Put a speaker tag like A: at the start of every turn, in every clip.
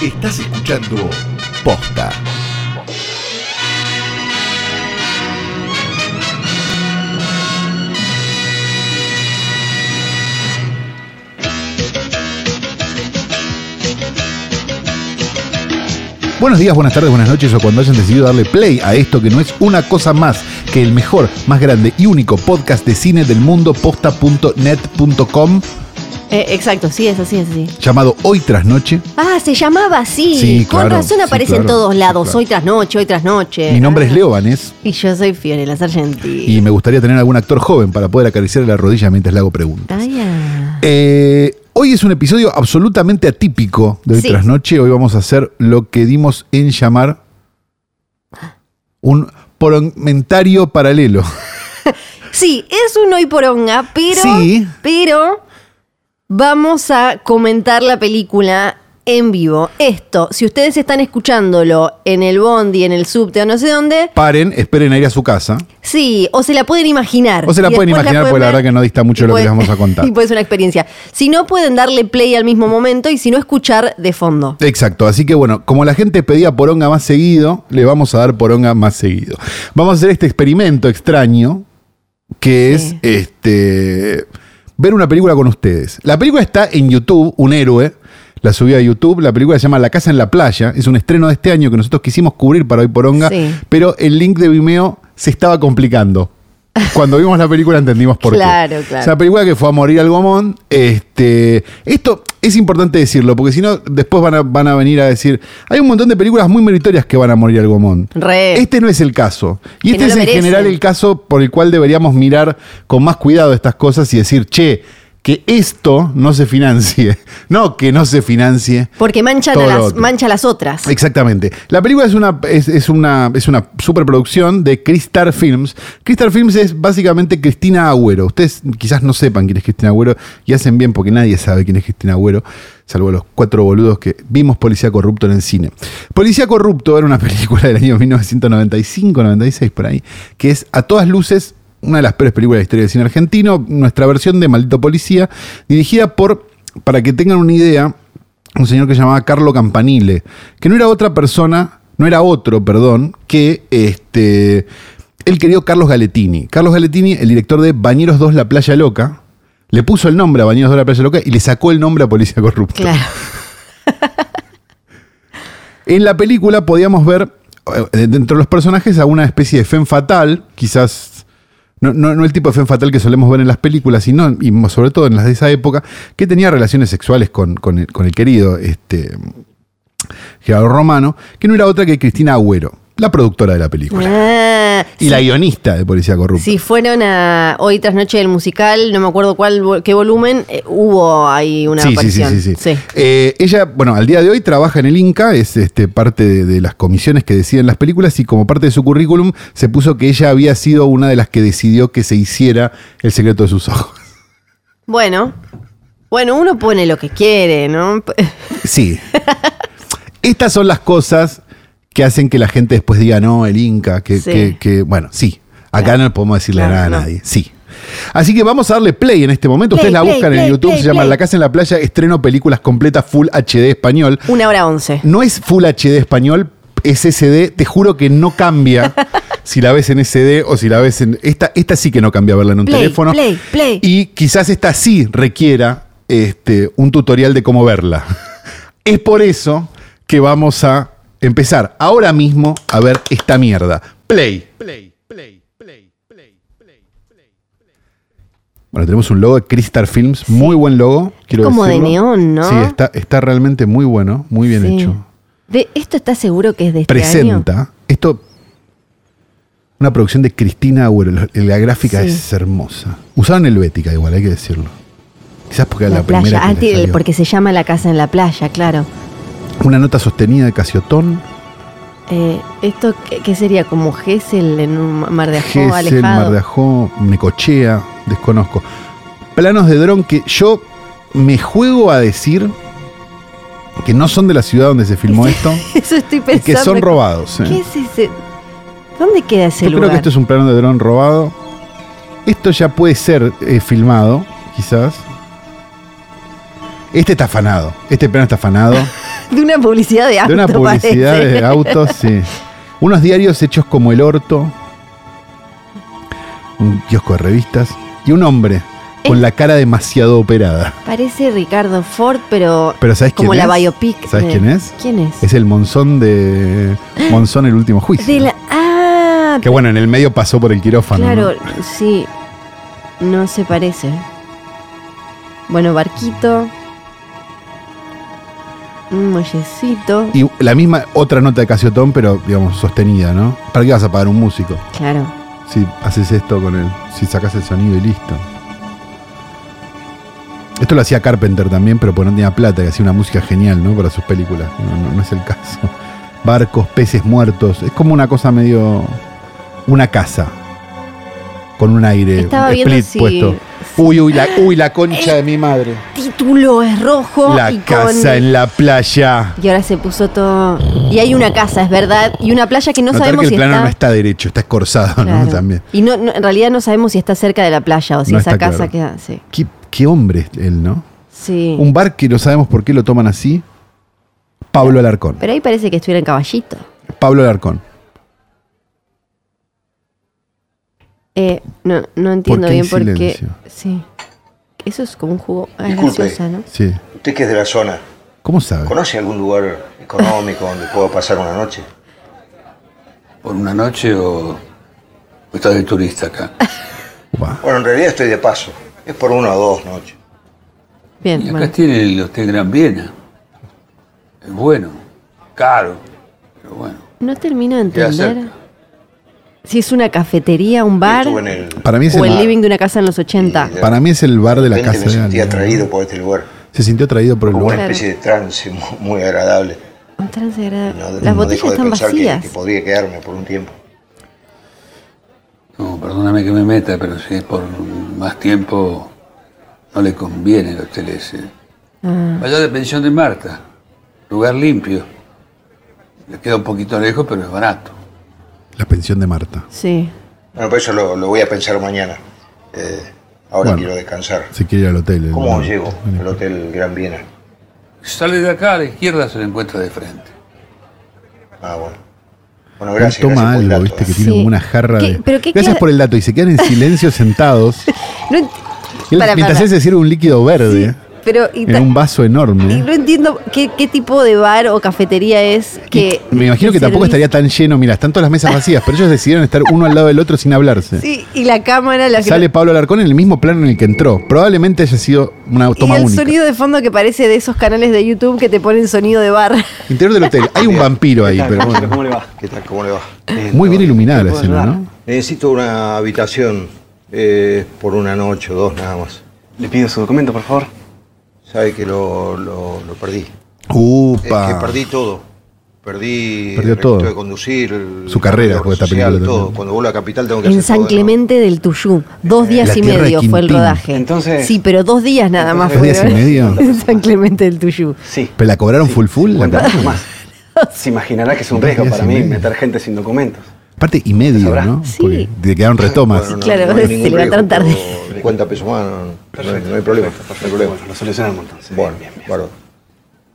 A: Estás escuchando Posta.
B: Buenos días, buenas tardes, buenas noches o cuando hayan decidido darle play a esto que no es una cosa más que el mejor, más grande y único podcast de cine del mundo posta.net.com
C: Eh, exacto, sí, es así, es así.
B: llamado Hoy tras noche.
C: Ah, se llamaba así.
B: Sí,
C: Con
B: claro,
C: razón
B: sí,
C: aparece en
B: claro,
C: todos
B: sí,
C: lados,
B: claro.
C: hoy tras noche, hoy tras noche.
B: Mi nombre es Leo Vanés
C: Y yo soy Fiorella Sargenti.
B: y me gustaría tener algún actor joven para poder acariciarle la rodilla mientras le hago preguntas.
C: Ay, ah.
B: Eh, hoy es un episodio absolutamente atípico de Hoy
C: Sí.
B: tras noche. Hoy vamos a hacer lo que dimos en llamar un poromentario paralelo.
C: Sí, es un hoy poronga, pero,
B: Sí.
C: pero vamos a comentar la película en vivo. Esto, si ustedes están escuchándolo en el bondi, en el subte o no sé dónde,
B: Paren, esperen a ir a su casa.
C: sí, o se la pueden imaginar.
B: O se la
C: Y
B: pueden
C: después
B: imaginar, porque la
C: pueden
B: verdad
C: ver.
B: que no dista mucho
C: Y
B: de lo que
C: puede-
B: les vamos a contar.
C: y puede ser una experiencia. Si no, pueden darle play al mismo momento y si no, escuchar de fondo.
B: Exacto, así que bueno, como la gente pedía poronga más seguido, le vamos a dar poronga más seguido. Vamos a hacer este experimento extraño, que
C: Sí.
B: es este ver una película con ustedes. La película está en YouTube, un héroe. La subí a YouTube, la película se llama La Casa en la Playa, es un estreno de este año que nosotros quisimos cubrir para hoy poronga,
C: Sí.
B: pero el link de Vimeo se estaba complicando. Cuando vimos la película entendimos por qué.
C: Claro, claro.
B: Es una película que fue a morir al Gomón. Este, esto es importante decirlo, porque si no, después van a, van a venir a decir, hay un montón de películas muy meritorias que van a morir al Gomón.
C: Re.
B: Este no es el caso. Y
C: Que
B: este
C: no
B: es
C: lo
B: en
C: merecen.
B: general el caso por el cual deberíamos mirar con más cuidado estas cosas y decir, che, que esto no se financie. No que no se financie.
C: Porque manchan
B: Todo
C: a
B: lo
C: las,
B: otro.
C: mancha a las otras.
B: Exactamente. La película es una, es, es una, es una superproducción de Cristar Films. Cristar Films es básicamente Cristina Agüero. Ustedes quizás no sepan quién es Cristina Agüero y hacen bien porque nadie sabe quién es Cristina Agüero, salvo los cuatro boludos que vimos Policía Corrupto en el cine. Policía Corrupto era una película del año 1995-96 por ahí, que es a todas luces una de las peores películas de la historia del cine argentino, nuestra versión de Maldito Policía, dirigida por, para que tengan una idea, un señor que se llamaba Carlo Campanile, que no era otra persona, no era otro, perdón, que este el querido Carlos Galetini. Carlos Galetini, el director de Bañeros 2 La Playa Loca, le puso el nombre a Bañeros 2 La Playa Loca y le sacó el nombre a Policía Corrupto.
C: Claro.
B: En la película podíamos ver eh, dentro de los personajes a una especie de femme fatal, quizás no, no- no el tipo de femme fatal que solemos ver en las películas, sino, y mo- sobre todo en las de esa época, que tenía relaciones sexuales con, con el, con el querido este, Gerardo Romano, que no era otra que Cristina Agüero, la productora de la película.
C: Ah,
B: Y la guionista de Policía Corrupta.
C: si fueron a Hoy tras Noche del musical, no me acuerdo cuál vo- qué volumen, eh, hubo ahí una
B: Sí, sí, sí, sí,
C: aparición.
B: sí. Eh, ella, bueno, al día de hoy trabaja en el Inca, es este, parte de, de las comisiones que deciden las películas y como parte de su currículum se puso que ella había sido una de las que decidió que se hiciera El secreto de sus ojos.
C: Bueno, bueno, uno pone lo que quiere, ¿no?
B: Sí. Estas son las cosas que hacen que la gente después diga, no, el Inca, que,
C: Sí.
B: que- que-". bueno, sí. Acá no podemos decirle
C: Claro,
B: nada a
C: no.
B: nadie, sí. Así que vamos a darle play en este momento.
C: Play,
B: Ustedes la
C: play,
B: buscan en
C: play,
B: YouTube,
C: play,
B: se llama
C: play.
B: La Casa en la Playa, estreno películas completas Full HD español.
C: Una hora once.
B: No es Full HD español, es SD. Te juro que no cambia si la ves en SD o si la ves en. Esta, esta sí que no cambia verla en un
C: Play,
B: teléfono.
C: play, play.
B: Y quizás esta sí requiera este, un tutorial de cómo verla. Es por eso que vamos a empezar ahora mismo a ver esta mierda. Play. Bueno, tenemos un logo de Crystal Films, muy buen logo. quiero
C: como de
B: decirlo.
C: neón, ¿no?
B: Sí, está, está realmente muy bueno, muy bien
C: Sí.
B: hecho.
C: De, ¿Esto está seguro que es de este año?
B: presenta esto una producción de Cristina Agüero Lo- la gráfica
C: Sí.
B: es hermosa usaron helvética igual hay que decirlo quizás porque era
C: La
B: la,
C: playa.
B: primera
C: Ah,
B: que le
C: tiene-
B: salió.
C: porque se llama La Casa en la Playa, claro.
B: una nota sostenida de Casiotón
C: Eh, ¿Esto qué, qué sería? ¿Como Gessel en un mar de ajo
B: Gessel,
C: alejado?
B: Mar de Ajó Necochea desconozco planos de dron que yo me juego a decir que no son de la ciudad donde se filmó esto
C: Eso estoy
B: y
C: pensando.
B: que son robados eh.
C: ¿Qué es ese? ¿Dónde queda ese
B: Yo
C: este lugar?
B: creo que esto es un plano de dron robado. Esto ya puede ser eh, filmado, quizás. Este está afanado. Este plano está afanado.
C: De una publicidad de auto.
B: de una publicidad
C: parece.
B: de autos, sí. Unos diarios hechos como el orto. Un kiosco de revistas. Y un hombre con
C: Eh.
B: la cara demasiado operada.
C: Parece Ricardo Ford, pero,
B: Pero ¿sabes
C: como
B: quién
C: la
B: es?
C: biopic.
B: ¿Sabes
C: de-
B: quién es?
C: ¿Quién es?
B: Es el Monzón de. Monzón, el último juicio.
C: de la, ah,
B: Que bueno, en el medio pasó por el quirófano. ¿no?
C: claro, sí. No se parece. Bueno, barquito. Un muellecito.
B: Y la misma, otra nota de Casiotón, pero digamos, sostenida, ¿no? ¿Para qué vas a pagar un músico?
C: Claro.
B: Si haces esto con él, si sacas el sonido y listo. Esto lo hacía Carpenter también, pero porque no tenía plata y hacía una música genial, ¿no? Para sus películas. No, no- no es el caso. Barcos, peces muertos. Es como una cosa medio. Una casa. Con un aire.
C: Estaba
B: un
C: viendo
B: split
C: si-
B: puesto.
C: si-
B: Uy, uy, la, uy, la concha de mi madre.
C: Título es rojo.
B: La
C: y con-
B: casa en la playa.
C: Y ahora se puso todo. Y hay una casa, es verdad. Y una playa que no
B: Notar
C: sabemos
B: que el
C: si
B: plano
C: está.
B: no está derecho, está escorzado,
C: Claro.
B: ¿no? También.
C: Y no, no- en realidad no sabemos si está cerca de la playa o si
B: No
C: esa
B: está
C: casa
B: claro.
C: queda. Sí.
B: Qué, qué hombre es él, ¿no?
C: Sí.
B: Un bar que no sabemos por qué lo toman así. Pablo Alarcón.
C: Pero ahí parece que estuviera en caballito.
B: Pablo Alarcón.
C: Eh, no, no entiendo
B: qué hay
C: bien por qué.
B: silencio?
C: Sí. Eso es como un jugo. Ah, es
D: Disculpe.
C: gaseosa, ¿no?
B: Sí.
D: Usted que es de la zona,
B: ¿Cómo sabe?
D: ¿conoce algún lugar económico donde pueda pasar una noche?
E: ¿Por una noche o o estás de turista acá?
B: Upa.
D: Bueno, en realidad estoy de paso. Es por una o dos noches.
E: Y
C: Bien,
E: acá
C: bueno.
E: tiene el Hotel Gran Viena. Es bueno, caro, pero bueno.
C: No termino de
E: Queda
C: entender.
E: cerca.
C: Si es una cafetería, un bar
D: Estuve en el... eh,
B: Para mí es
C: o el
B: el,
C: living de una casa en los 80.
D: de-
B: para mí es el bar de la casa
D: repente me
B: de
D: sentí
B: alguien.
D: atraído por este lugar.
B: Se sintió atraído por el
D: Como una
B: lugar.
C: Claro.
D: especie de trance mu- muy agradable.
C: Un trance agradable.
D: No-
C: Las
D: no dejo
C: botellas
D: de
C: están
D: pensar que-
C: vacías.
D: Que, podría quedarme por un tiempo.
E: No, perdóname que me meta, pero si es por más tiempo, no le conviene el hotel ese. Vaya de pensión de Marta, lugar limpio. Le queda un poquito lejos, pero es barato.
B: La pensión de Marta.
C: Sí.
D: Bueno, por eso lo, lo voy a pensar mañana. Eh, ahora
B: Bueno.
D: quiero descansar.
B: Se quiere ir al hotel. el-
D: ¿Cómo llego al Hotel Gran Viena?
E: Sale de acá, a la izquierda se lo encuentra de frente.
D: Ah, bueno. Bueno,
B: Él
D: gracias.
B: toma
D: gracias por
B: algo,
D: el dato,
B: viste,
D: eh.
B: que tiene
C: Sí.
B: como una jarra
C: ¿Qué-
B: de.
C: pero qué
B: Gracias
C: queda-
B: por el dato. Y se quedan en silencio sentados.
C: No ent-
B: Él-
C: Para,
B: mientras
C: para.
B: él se sirve un líquido verde
C: Pero y ta-
B: en un vaso enorme.
C: y no entiendo qué, qué tipo de bar o cafetería es que.
B: Y me imagino que tampoco
C: servís-
B: estaría tan lleno. Mira, están todas las mesas vacías, pero ellos decidieron estar uno al lado del otro sin hablarse.
C: Sí, y la cámara, la
B: Sale Pablo Alarcón en el mismo plano en el que entró. Probablemente haya sido una
C: Y
B: toma
C: el
B: única.
C: sonido de fondo que parece de esos canales de YouTube que te ponen sonido de bar.
B: Interior del hotel. Hay un vampiro ahí, pero
F: Caballero,
B: bueno.
F: ¿Cómo le va?
D: ¿Qué tal? ¿Cómo le va?
B: Muy bien iluminada
F: ¿Te
B: la
F: puedo
B: escena,
F: ayudar?
B: ¿no?
D: Necesito una habitación eh, por una noche o dos nada más.
F: Le pido su documento, por favor.
D: Sabe que lo, lo- lo perdí. Es que
B: Upa.
D: perdí todo. Perdí
B: Perdió
D: el registro
B: todo.
D: de conducir, el-
B: Su carrera,
D: el
B: porque esta
D: social,
B: película
D: todo.
B: también.
D: Cuando vuelvo a la capital tengo que
C: En
D: hacer todo
C: San
D: de nuevo.
C: Clemente del Tuyú. Dos días
B: Eh, la
C: y
B: tierra de
C: medio fue el
B: Quintín.
C: rodaje.
F: Entonces-
C: sí, pero dos días nada más.
B: ¿Dos días
C: fueron.
B: y medio?
C: En San Clemente del Tuyú.
F: Sí.
B: ¿Pero la cobraron full full? la
F: 50
B: verdad?
F: pesos más. Se imaginará que es un
B: Dos
F: riesgo
B: días
F: para
B: y
F: mí
B: medio.
F: meter gente sin documentos.
B: Aparte, y medio,
F: Sabrá.
B: ¿no?
C: Sí.
B: Porque te quedaron retomas.
D: Bueno,
C: Claro,
D: hay
C: se
D: ningún
C: levantaron
D: riesgo,
C: tarde.
D: pero 50 pesos más, no, no, no hay- no hay problema. no hay problema.
F: Bueno, lo solucionamos entonces.
D: Bueno,
F: Bien, bien.
D: bárbaro.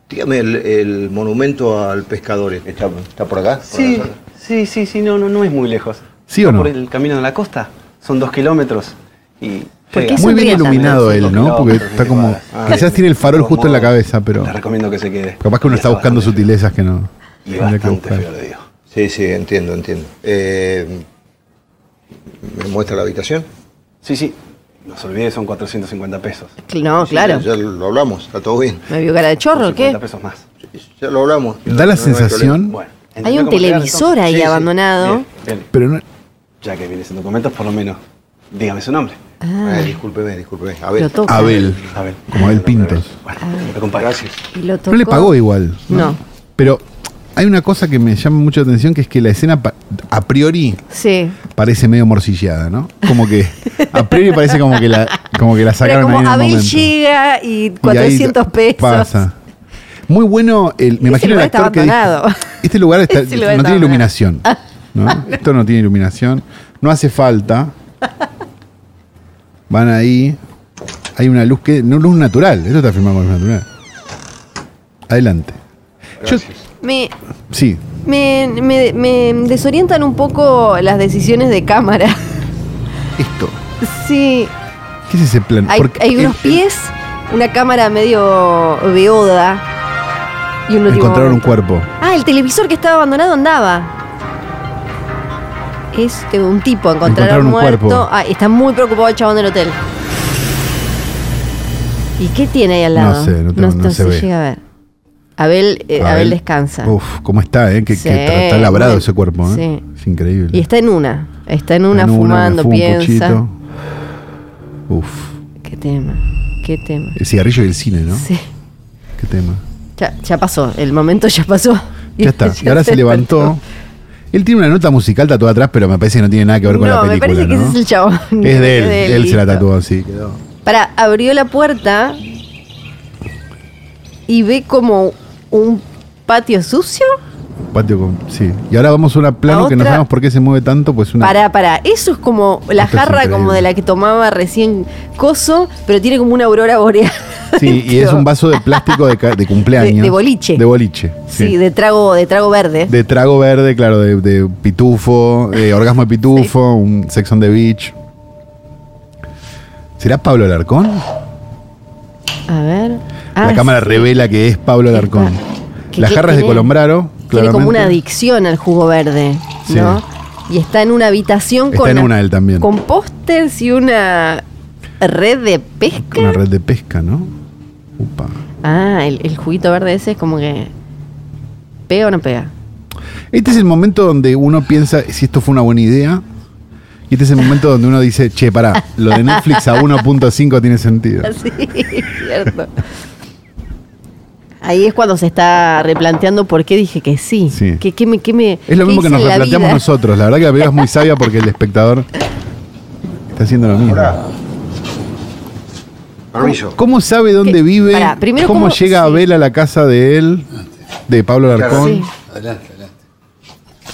D: Dígame el, el monumento al pescador. ¿Está, está por acá? por
F: Sí,
D: la zona?
F: sí, sí, sí, no, no, no es muy lejos.
B: ¿Sí o
F: Está
B: no?
F: Por el camino de la costa. Son dos kilómetros. Y
C: ¿Por qué
F: llega.
C: es
B: Muy bien
C: sonriente
B: iluminado
F: también,
B: él, ¿no?
F: cinco
B: Porque
F: kilómetros,
B: está
F: sí, Ah,
B: como.
F: sí, sí.
B: Quizás tiene el farol
F: Como-
B: justo en la cabeza, pero.
F: Le recomiendo que se quede.
B: Capaz que uno
F: Y
B: está buscando
F: bastante
B: sutilezas que no.
F: feo. Y
B: tendría que
F: bastante
B: buscar.
F: feo, le digo.
D: Sí, sí, entiendo, entiendo. Eh, ¿Me muestra la habitación?
F: Sí, sí. No se olvide, son 450 pesos.
C: No,
D: Sí,
C: claro.
D: ya lo hablamos, está todo bien.
C: Me vio cara de chorro,
F: Son
C: ¿qué?
F: 50 pesos más.
D: Ya lo hablamos.
B: Da la
D: No, no hay
B: sensación.
F: Bueno. ¿entendió
C: Hay un
F: cómo quedar,
C: televisor
F: entonces?
C: ahí
D: Sí, sí.
C: abandonado.
F: Bien, bien.
B: Pero no.
F: Ya que viene sin documentos, por lo menos, dígame su nombre.
D: problema. Eh, discúlpeme, discúlpeme. A
C: Lo
D: ver,
C: toca.
B: Abel.
F: A ver.
B: Como Abel Pintos.
F: Bueno, me acompaña.
D: gracias.
C: Y lo tocó.
B: No le pagó igual.
C: No.
B: Pero hay una cosa que me llama mucho la atención, que es que la escena pa- a priori
C: Sí.
B: parece medio morcillada, ¿no? Como que a priori parece como que la, como que la
C: Pero
B: sacaron
C: como
B: ahí en un
C: Abel
B: momento.
C: llega y
B: Y ahí
C: 400 pesos.
B: Pasa. Muy bueno, el, me
C: Ese
B: imagino el
C: lugar está
B: actor que dijo,
C: abandonado.
B: este lugar, está-
C: Ese lugar
B: no
C: está
B: tiene
C: abandonado". Ah.
B: iluminación. ¿no? Esto no tiene iluminación, no hace falta. Van ahí, hay una luz que no luz natural, esto está filmado con luz natural. Adelante. Yo,
C: Me,
B: sí,
C: me, me- me desorientan un poco las decisiones de cámara.
B: esto.
C: Sí,
B: ¿Qué es ese plan?
C: hay,
B: Porque
C: hay
B: el-
C: unos
B: el-
C: pies, una cámara medio beoda y un último
B: Encontraron un
C: momento.
B: cuerpo.
C: Ah, el televisor que estaba abandonado andaba. Es eh, un tipo,
B: Encontraron
C: encontraron,
B: un
C: muerto.
B: cuerpo.
C: Ah, está muy preocupado el chabón del hotel. ¿Y qué tiene ahí al
B: No
C: lado?
B: sé, no tengo- no se ve.
C: llega a ver. Abel, eh, Abel
B: Abel,
C: descansa.
B: Uf, cómo está, ¿eh? Que, que
C: Sí,
B: está, está labrado
C: bueno,
B: ese cuerpo, ¿eh?
C: sí.
B: Es increíble.
C: Y está en una. Está en una
B: En
C: fumando,
B: me fumo un
C: piensa.
B: puchito. Uf,
C: Qué tema, qué tema.
B: el cigarrillo y el cine, ¿no?
C: Sí.
B: Qué tema.
C: Ya, ya pasó, el momento ya pasó.
B: Ya está. Y ahora se
C: despertó.
B: levantó. Él tiene una nota musical tatuada atrás, pero me parece que no tiene nada que ver con la
C: No, me
B: película,
C: parece que
B: ¿no?
C: ese es el chabón.
B: Es de él, él se la
C: listo.
B: tatuó así. quedó.
C: Para, abrió la puerta y ve como un patio sucio.
B: Patio con- sí. Y ahora vamos a una plano
C: A
B: que no
C: otra-
B: sabemos por qué se mueve tanto, pues una.
C: Para, para, eso es como la
B: Esto es
C: jarra como
B: increíble.
C: de la que tomaba recién Coso, pero tiene como una aurora boreal.
B: Sí, y es
C: adentro.
B: un vaso de plástico de, ca- de cumpleaños.
C: De- de boliche.
B: De boliche.
C: Sí,
B: Sí.
C: de trago, de trago verde.
B: De trago verde, claro, de, de pitufo, de orgasmo de pitufo, un sex on the beach. ¿Será Pablo Alarcón?
C: A ver.
B: la
C: Ah,
B: cámara
C: sí.
B: revela que es Pablo
C: Que
B: Alarcón.
C: está- que-
B: Las
C: que
B: jarras de
C: tiene-
B: Colombraro,
C: Tiene como una
B: claramente.
C: adicción al jugo verde,
B: Sí.
C: ¿no? Y está en una habitación
B: Está
C: con,
B: en una él también.
C: con pósters y una red de pesca.
B: Una red de pesca, ¿no? Upa.
C: Ah, el, el juguito verde ese es como que. ¿Pega o no pega?
B: Este es el momento donde uno piensa si esto fue una buena idea. Y este es el momento donde uno dice, che, pará, lo de Netflix a 1.5 tiene sentido.
C: Así, cierto. Ahí es cuando se está replanteando por qué dije que sí.
B: Sí.
C: Que, que me, que me,
B: Es lo mismo
C: que
B: que
C: hice
B: nos
C: en la
B: replanteamos
C: vida.
B: nosotros. La verdad que la película es muy sabia porque el espectador está haciendo lo mismo.
D: Permiso.
B: ¿Cómo sabe dónde
C: ¿Qué?
B: vive?
C: Pará, primero,
B: ¿Cómo,
C: ¿cómo-
B: llega
C: sí.
B: Abel a la casa de él, de Pablo Alarcón?
C: Sí.
E: Adelante, adelante.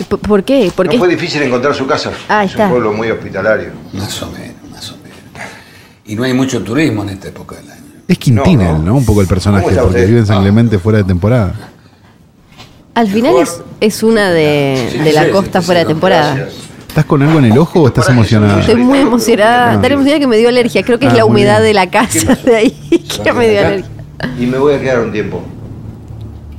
C: ¿Por, por qué? ¿Por qué?
D: No fue difícil encontrar su casa.
C: Ah,
D: es
C: está.
D: un pueblo muy hospitalario.
E: Más o menos, más o menos. Y no hay mucho turismo en esta época del año.
B: Es Quintinel,
D: No,
B: ¿no?
D: no.
B: Un poco el personaje,
D: ¿Cómo está
B: porque
D: usted?
B: vive en San Clemente fuera de temporada.
C: Al final es, es una de,
E: Sí,
C: Eh, de la
E: sí,
C: costa
E: sí,
C: fuera de
E: sí,
C: temporada.
D: Gracias.
B: ¿Estás con algo en el ojo o estás emocionada?
C: Estoy muy emocionada, tan emocionada que me dio alergia. Creo que es
B: Ah,
C: la
B: muy
C: humedad
B: bien.
C: de la casa de ahí que me dio
D: Acá.
C: alergia.
D: Y me voy a quedar un tiempo.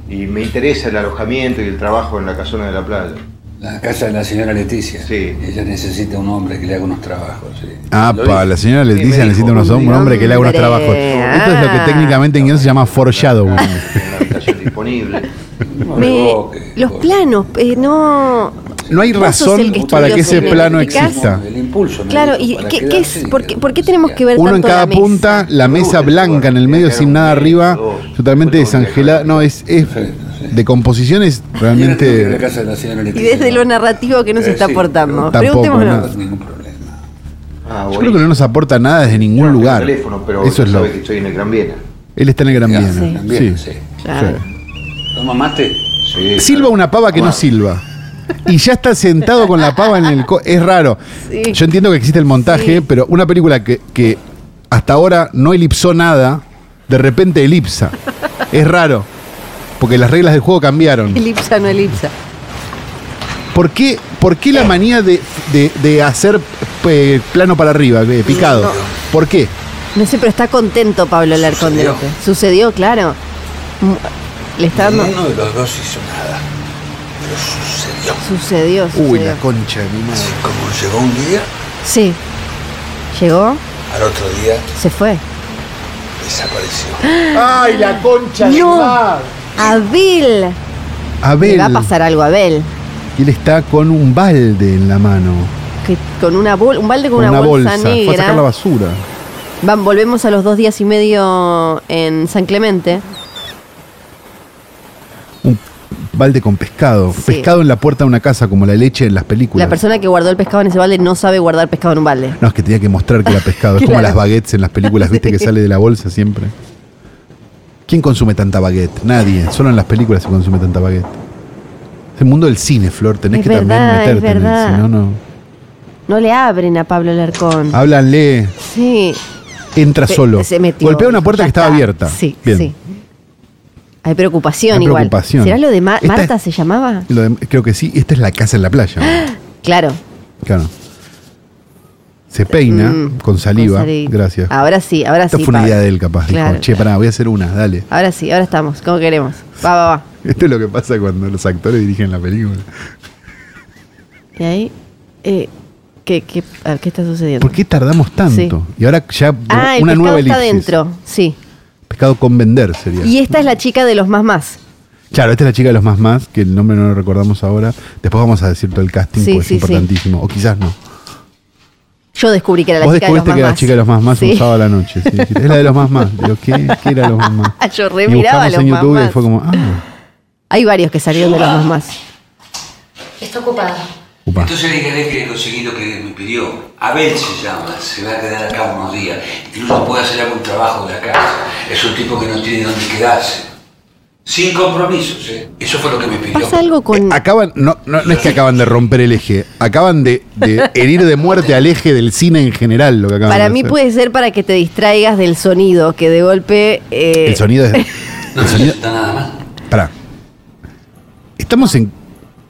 D: Y me interesa el alojamiento y el trabajo en la casona de la playa.
E: La casa de la señora Leticia.
D: Sí.
E: Ella necesita un hombre que le haga unos trabajos. sí.
B: Ah,
E: Lo
B: pa,
E: dice.
B: la señora
D: Sí, me
B: Leticia necesita
D: dijo,
B: unos hom- un
D: hombre,
B: hombre que le haga unos trabajos. Esto es lo que
C: ah.
B: técnicamente en guión se llama foreshadowing.
D: En una habitación disponible.
E: No
C: Me-
E: revoque,
C: los
E: por-
C: planos, eh, no.
B: No hay
C: Vos sos el
B: razón
C: que
B: para
C: estudió
B: que ese
C: cine,
B: plano
C: ¿explicás?
B: exista.
E: El impulso. me
C: Claro,
E: dijo,
C: ¿y
E: para
C: qué, qué
E: quedarse
C: es,
E: y
C: por, qué,
E: quedarse.
C: por qué tenemos que ver
B: Uno en
C: tanto
B: cada
C: la mesa?
B: punta, la mesa blanca en el medio sin nada arriba, totalmente desangelada. No, es, es de composición es
E: Mañana tengo que ir a la
B: realmente
E: casa de la señora
C: Y
E: Leticia.
C: desde lo narrativo que nos
E: Eh,
C: está
E: sí,
C: aportando.
B: pero- Tampoco,
E: No
C: Preguntémonos.
E: tengo ningún problema.
D: Ah,
B: yo
D: bueno.
B: creo que no nos aporta nada desde ningún
D: Tengo
B: lugar.
D: el Ah, teléfono, pero
B: Eso es lo.
D: sabe que estoy en el Gran Viena.
B: Él está en el Gran
E: Ya,
B: Viena.
E: también,
B: sí.
E: sí.
C: Claro.
E: ¿Toma mate?
D: Sí,
B: Silba
D: claro.
B: una pava que no silba. Y ya está sentado con la pava en el... co- es raro.
C: Sí.
B: Yo entiendo que existe el montaje, pero una película que, que hasta ahora no elipsó nada, de repente elipsa. Es raro. Porque las reglas del juego cambiaron.
C: Elipsa, no elipsa.
B: ¿Por qué, por qué la manía de, de- de hacer eh, plano para arriba, eh, picado?
C: No.
B: ¿Por qué?
C: No sé, pero está contento Pablo Larcón de lo que
E: Sucedió.
C: sucedió, claro. Mm, Le está dando.
E: Ninguno de los dos hizo nada. Pero sucedió.
C: Sucedió, sucedió.
B: Uy, la concha de mi madre.
E: Así como llegó un día,
C: Sí. Llegó,
E: al otro día
C: se fue.
E: desapareció.
B: ¡Ay, la concha
C: ¡No! Abel. Le
B: Abel.
C: va a pasar algo a Abel.
B: y él está con un balde en la mano.
C: Que con una bol- un balde con,
B: Con una, bolsa.
C: negra.
B: Fue a sacar la basura.
C: Van, volvemos a los dos días y medio en San Clemente.
B: Un balde con pescado.
C: Sí.
B: Pescado en la puerta de una casa, como la leche en las películas.
C: La persona que guardó el pescado en ese balde no sabe guardar pescado en un balde.
B: No, es que tenía que mostrar que era pescado. Es como
C: Claro.
B: las baguettes en las películas, viste, que sale de la bolsa siempre. ¿Quién consume tanta baguette? Nadie. Solo en las películas se consume tanta baguette. Es el mundo del cine, Flor. Tenés
C: Es
B: que
C: verdad, es
B: también meterte en
C: verdad.
B: él. Si no, no.
C: No le abren a Pablo Larcón.
B: Háblanle.
C: Sí.
B: Entra
C: Se-
B: Ah, solo.
C: se metió,
B: Golpea una
C: dijo,
B: puerta
C: "Ya
B: que estaba
C: está".
B: abierta.
C: Sí,
B: Bien.
C: sí. Hay preocupación
B: Hay
C: igual.
B: preocupación.
C: ¿Será lo de Ma-
B: Esta
C: Marta
B: es-
C: se llamaba?
B: Lo de- creo que sí, esta es la casa en la playa.
C: Claro.
B: Claro. Se peina
C: Mm,
B: con saliva.
C: con saliva.
B: Gracias.
C: Ahora sí, ahora
B: Esta
C: sí.
B: fue una
C: Pablo.
B: idea de él, capaz. Dijo,
C: Claro.
B: che, pará, voy a hacer una, dale.
C: Ahora sí, ahora estamos, como queremos. Va, va, va.
B: Esto es lo que pasa cuando los actores dirigen la película.
C: Y ahí, eh, ¿qué, qué, a ver, ¿qué está sucediendo?
B: ¿Por qué tardamos tanto? Y ahora ya
C: Ah, el
B: una
C: pescado
B: nueva
C: está
B: elipsis.
C: dentro, sí.
B: Pescado con vender sería.
C: Y esta es la chica de los más más.
B: Claro, esta es la chica de los más más, que el nombre no lo recordamos ahora. Después vamos a decir todo el casting,
C: Sí,
B: porque es
C: sí, sí.
B: importantísimo. O quizás no.
C: Yo descubrí que era la
B: Vos
C: chica de los
B: descubriste que
C: más
B: era la
C: más.
B: chica de los más más un
C: Sí.
B: sábado a la noche. sí, sí. Es la de los más más. Digo, ¿qué, qué era los más más?
C: Yo re
B: Y
C: miraba
B: buscamos
C: los
B: en
C: más
B: YouTube y
C: más.
B: fue como, ah,
C: Hay varios que salieron de los más más.
G: Está ocupada.
B: upa.
E: Entonces le gané que le conseguí lo que me pidió. Abel se llama, se va a quedar acá unos días. Incluso puede hacer algún trabajo de la casa. Es un tipo que no tiene dónde quedarse. Sin compromisos, ¿eh? Eso fue lo que me pidió.
C: Pasa algo con...
B: Eh, acaban, no, no, no es que acaban de romper el eje, acaban de, de herir de muerte al eje del cine en general, lo que acaban
C: Para
B: de
C: mí
B: hacer.
C: puede ser para que te distraigas del sonido, que de golpe... eh,
B: El sonido es.
E: No
B: el sonido-
E: necesita nada más.
B: Pará. Estamos en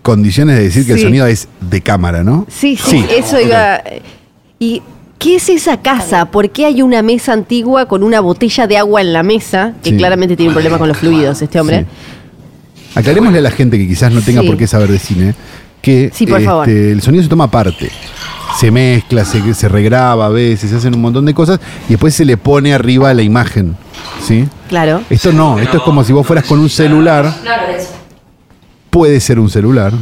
B: condiciones de decir que el
C: Sí.
B: sonido es de cámara, ¿no?
C: Sí, sí, eso iba... eh, ¿Y qué es esa casa? ¿Por qué hay una mesa antigua con una botella de agua en la mesa? Que
B: Sí.
C: claramente tiene un problema con los fluidos este hombre.
B: Sí. Aclarémosle a la gente que quizás no tenga
C: Sí.
B: por qué saber de cine que este,
C: Sí, por favor.
B: el sonido se toma aparte. Se mezcla, se, se regraba a veces, se hacen un montón de cosas y después se le pone arriba la imagen. ¿Sí?
C: Claro.
B: Esto no, esto es como si vos fueras con un celular,
G: No, Lorenzo.
B: puede ser un celular.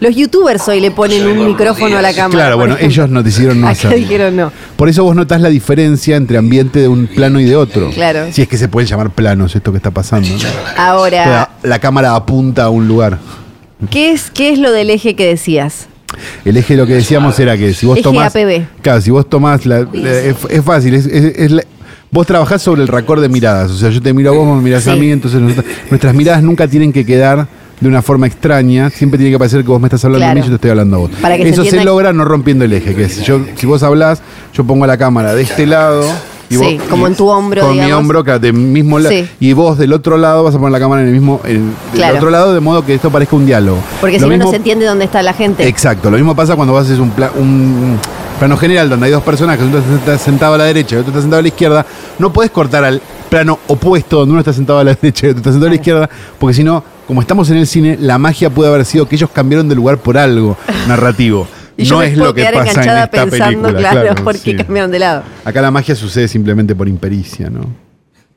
C: Los youtubers hoy le ponen un micrófono a la cámara.
B: Claro,
C: por
B: bueno,
C: ejemplo.
B: ellos no decidieron no
C: Acá
B: hacerlo.
C: dijeron no.
B: Por eso vos notás la diferencia entre ambiente de un plano y de otro.
C: Claro.
B: Si es que se pueden llamar planos esto que está pasando. ¿no? O
C: Ahora,
B: sea, la cámara apunta a un lugar.
C: ¿qué es, ¿qué es lo del eje que decías?
B: El eje de lo que decíamos era que si vos
C: Eje
B: tomás.
C: APB.
B: Claro, si vos tomás. la- la- es, es fácil, es, es- es la- vos trabajás sobre el racor de miradas. O sea, yo te miro a vos, vos me mirás a
C: Sí.
B: mí, entonces nosotros- nuestras miradas nunca tienen que quedar de una forma extraña. Siempre tiene que parecer que vos me estás hablando a mí
C: Claro.
B: y yo te estoy hablando a vos.
C: Para que se
B: Eso se,
C: entienda-
B: logra no rompiendo el eje. Que es, yo, si vos hablás, yo pongo la cámara de este lado. Y
C: Sí,
B: vos-
C: como en tu hombro,
B: Con mi
C: digamos.
B: hombro, claro, de mismo lado.
C: Sí.
B: Y vos del otro lado vas a poner la cámara en el mismo. en-
C: Claro.
B: Del otro lado, de modo que esto parezca un diálogo.
C: Porque
B: Lo
C: si no, no
B: mismo-
C: se entiende dónde está la gente.
B: Exacto, lo mismo pasa cuando vos haces un, pla- un plano general donde hay dos personas, que uno está sentado a la derecha y otro está sentado a la izquierda. No puedes cortar al plano opuesto donde uno está sentado a la derecha y otro está sentado a la izquierda, porque si no, como estamos en el cine, la magia puede haber sido que ellos cambiaron de lugar por algo narrativo.
C: y yo
B: no
C: me
B: es
C: puedo
B: lo que
C: quedar
B: pasa en
C: enganchada
B: esta
C: pensando,
B: película.
C: claro, por qué
B: sí.
C: cambiaron de lado.
B: Acá la magia sucede simplemente por impericia, ¿no?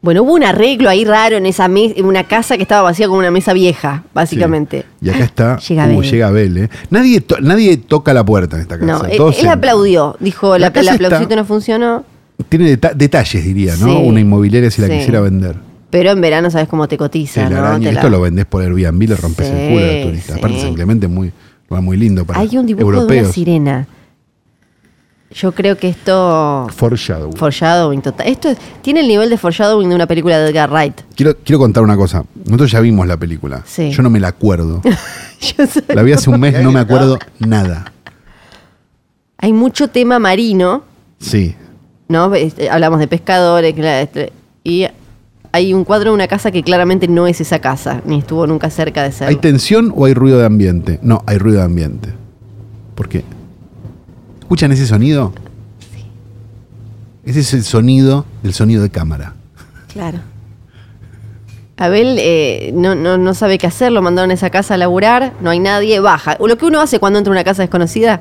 C: Bueno, hubo un arreglo ahí raro en esa mes- en una casa que estaba vacía como una mesa vieja, básicamente. Ah,
B: Sí. Y acá está.
C: Llega
B: uh,
C: Abel.
B: llega Abel, ¿eh? Nadie, to- nadie toca la puerta en esta casa.
C: No, e él,
B: Todos
C: él
B: entran.
C: aplaudió, dijo,
B: La
C: la, el
B: casa está-
C: aplausito no funcionó,
B: Tiene deta- detalles, diría, ¿no?
C: Sí.
B: Una inmobiliaria si la
C: Sí.
B: quisiera vender.
C: pero en verano sabes cómo te cotiza,
B: El
C: ¿no?
B: araña,
C: Te la-
B: Esto lo vendés por Airbnb, le rompes
C: Sí,
B: el culo al turista. Aparte,
C: sí.
B: simplemente muy, lugar muy lindo para
C: Hay un dibujo de una
B: europeos.
C: sirena. Yo creo que esto...
B: Foreshadow.
C: Foreshadowing total. Esto es- tiene el nivel de foreshadowing de una película de Edgar Wright.
B: Quiero, quiero contar una cosa. Nosotros ya vimos la película.
C: Sí.
B: Yo no me la acuerdo.
C: Yo sé-
B: La vi hace un mes, no me acuerdo nada.
C: Hay mucho tema marino,
B: Sí.
C: ¿no? Este, Hablamos de pescadores, cla- este, y hay un cuadro de una casa que claramente no es esa casa, ni estuvo nunca cerca de
B: ¿Hay
C: serlo.
B: tensión o hay ruido de ambiente? No, hay ruido de ambiente. ¿Por qué? ¿Escuchan ese sonido? Ese es el sonido del sonido de cámara.
C: Claro. Abel eh, no, no, no sabe qué hacer, lo mandaron a esa casa a laburar, no hay nadie, baja. O Lo que uno hace cuando entra a una casa desconocida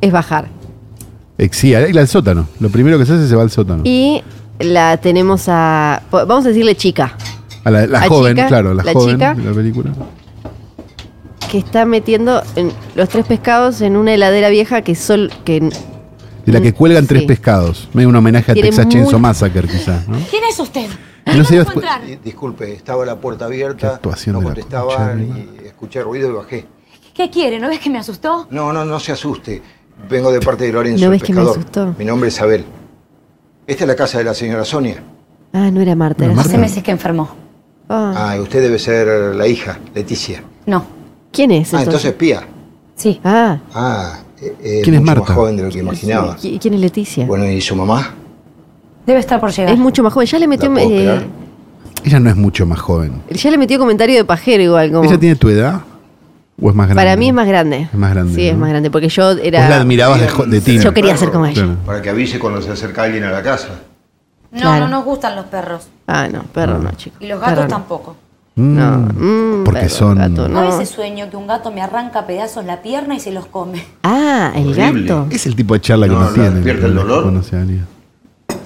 C: es bajar.
B: Eh, Sí, al al sótano. Lo primero que se hace se va al sótano.
C: Y la tenemos a. po- Vamos a decirle chica.
B: A la, la
C: la
B: joven,
C: chica,
B: claro, la,
C: la
B: joven
C: chica.
B: de la película.
C: que está metiendo en- los tres pescados en una heladera vieja que sol que n-
B: De la que cuelgan tres
C: Mm, Sí.
B: pescados. Medio un homenaje a
C: Tiene
B: Texas Chainsaw
C: muy-
B: Massacre, quizás. ¿no?
G: ¿Quién es usted?
B: Y no se dio-
D: Eh, Disculpe, estaba la puerta
B: Qué
D: abierta,
B: actuación
D: no
B: de la concha de
D: contestaban
B: mi
D: y escuché ruido y bajé.
G: ¿Qué quiere? ¿No ves que me asustó?
D: No, no, no se asuste. Vengo de parte de Lorenzo,
C: ¿No
D: el
C: ves que me
D: pescador.
C: asustó?
D: Mi nombre es Abel. Esta es la casa de la señora Sonia.
C: ah no era Marta,
B: Bueno,
C: era
G: Hace
B: Marta.
G: meses que enfermó.
C: Ah.
D: Ah, usted debe ser la hija, Leticia.
G: No.
C: quién es
D: Ah, entonces
C: entonces,
D: pía.
G: Sí.
C: ah
D: Ah, eh, eh,
B: ¿Quién es
D: mucho
B: Marta?
D: más joven de lo que imaginaba.
C: ¿qui- quién es Leticia
D: Bueno, ¿y su mamá?
G: Debe estar por llegar.
C: es mucho más joven ya le metió
D: ¿La puedo
C: eh,
D: operar?
B: Ella no es mucho más joven.
C: Ya le metió comentario de pajero igual. Como,
B: ¿Ella tiene tu edad? ¿O es más grande?
C: para mí es más grande.
B: Es más grande,
C: Sí, es
B: ¿no?
C: más grande. Porque yo era.
B: Vos la admirabas de, jo- de tina.
C: Yo quería ser como ella.
B: Claro.
D: Para que avise cuando se acerca alguien a la casa.
H: No,
C: Claro.
H: no nos gustan los perros.
C: Ah, no, perro no, chicos.
H: Y los gatos
C: Perro no.
H: tampoco.
B: Mm,
C: No, mm,
B: porque
C: perro,
B: son.
C: gato, no.
H: No. ese sueño que un gato me arranca a pedazos la pierna y se los come.
C: Ah, el
D: Horrible.
C: gato.
B: Es el tipo de charla que
D: No,
B: nos
D: no,
B: tienen.
D: despierta el dolor.
B: cuando se alía.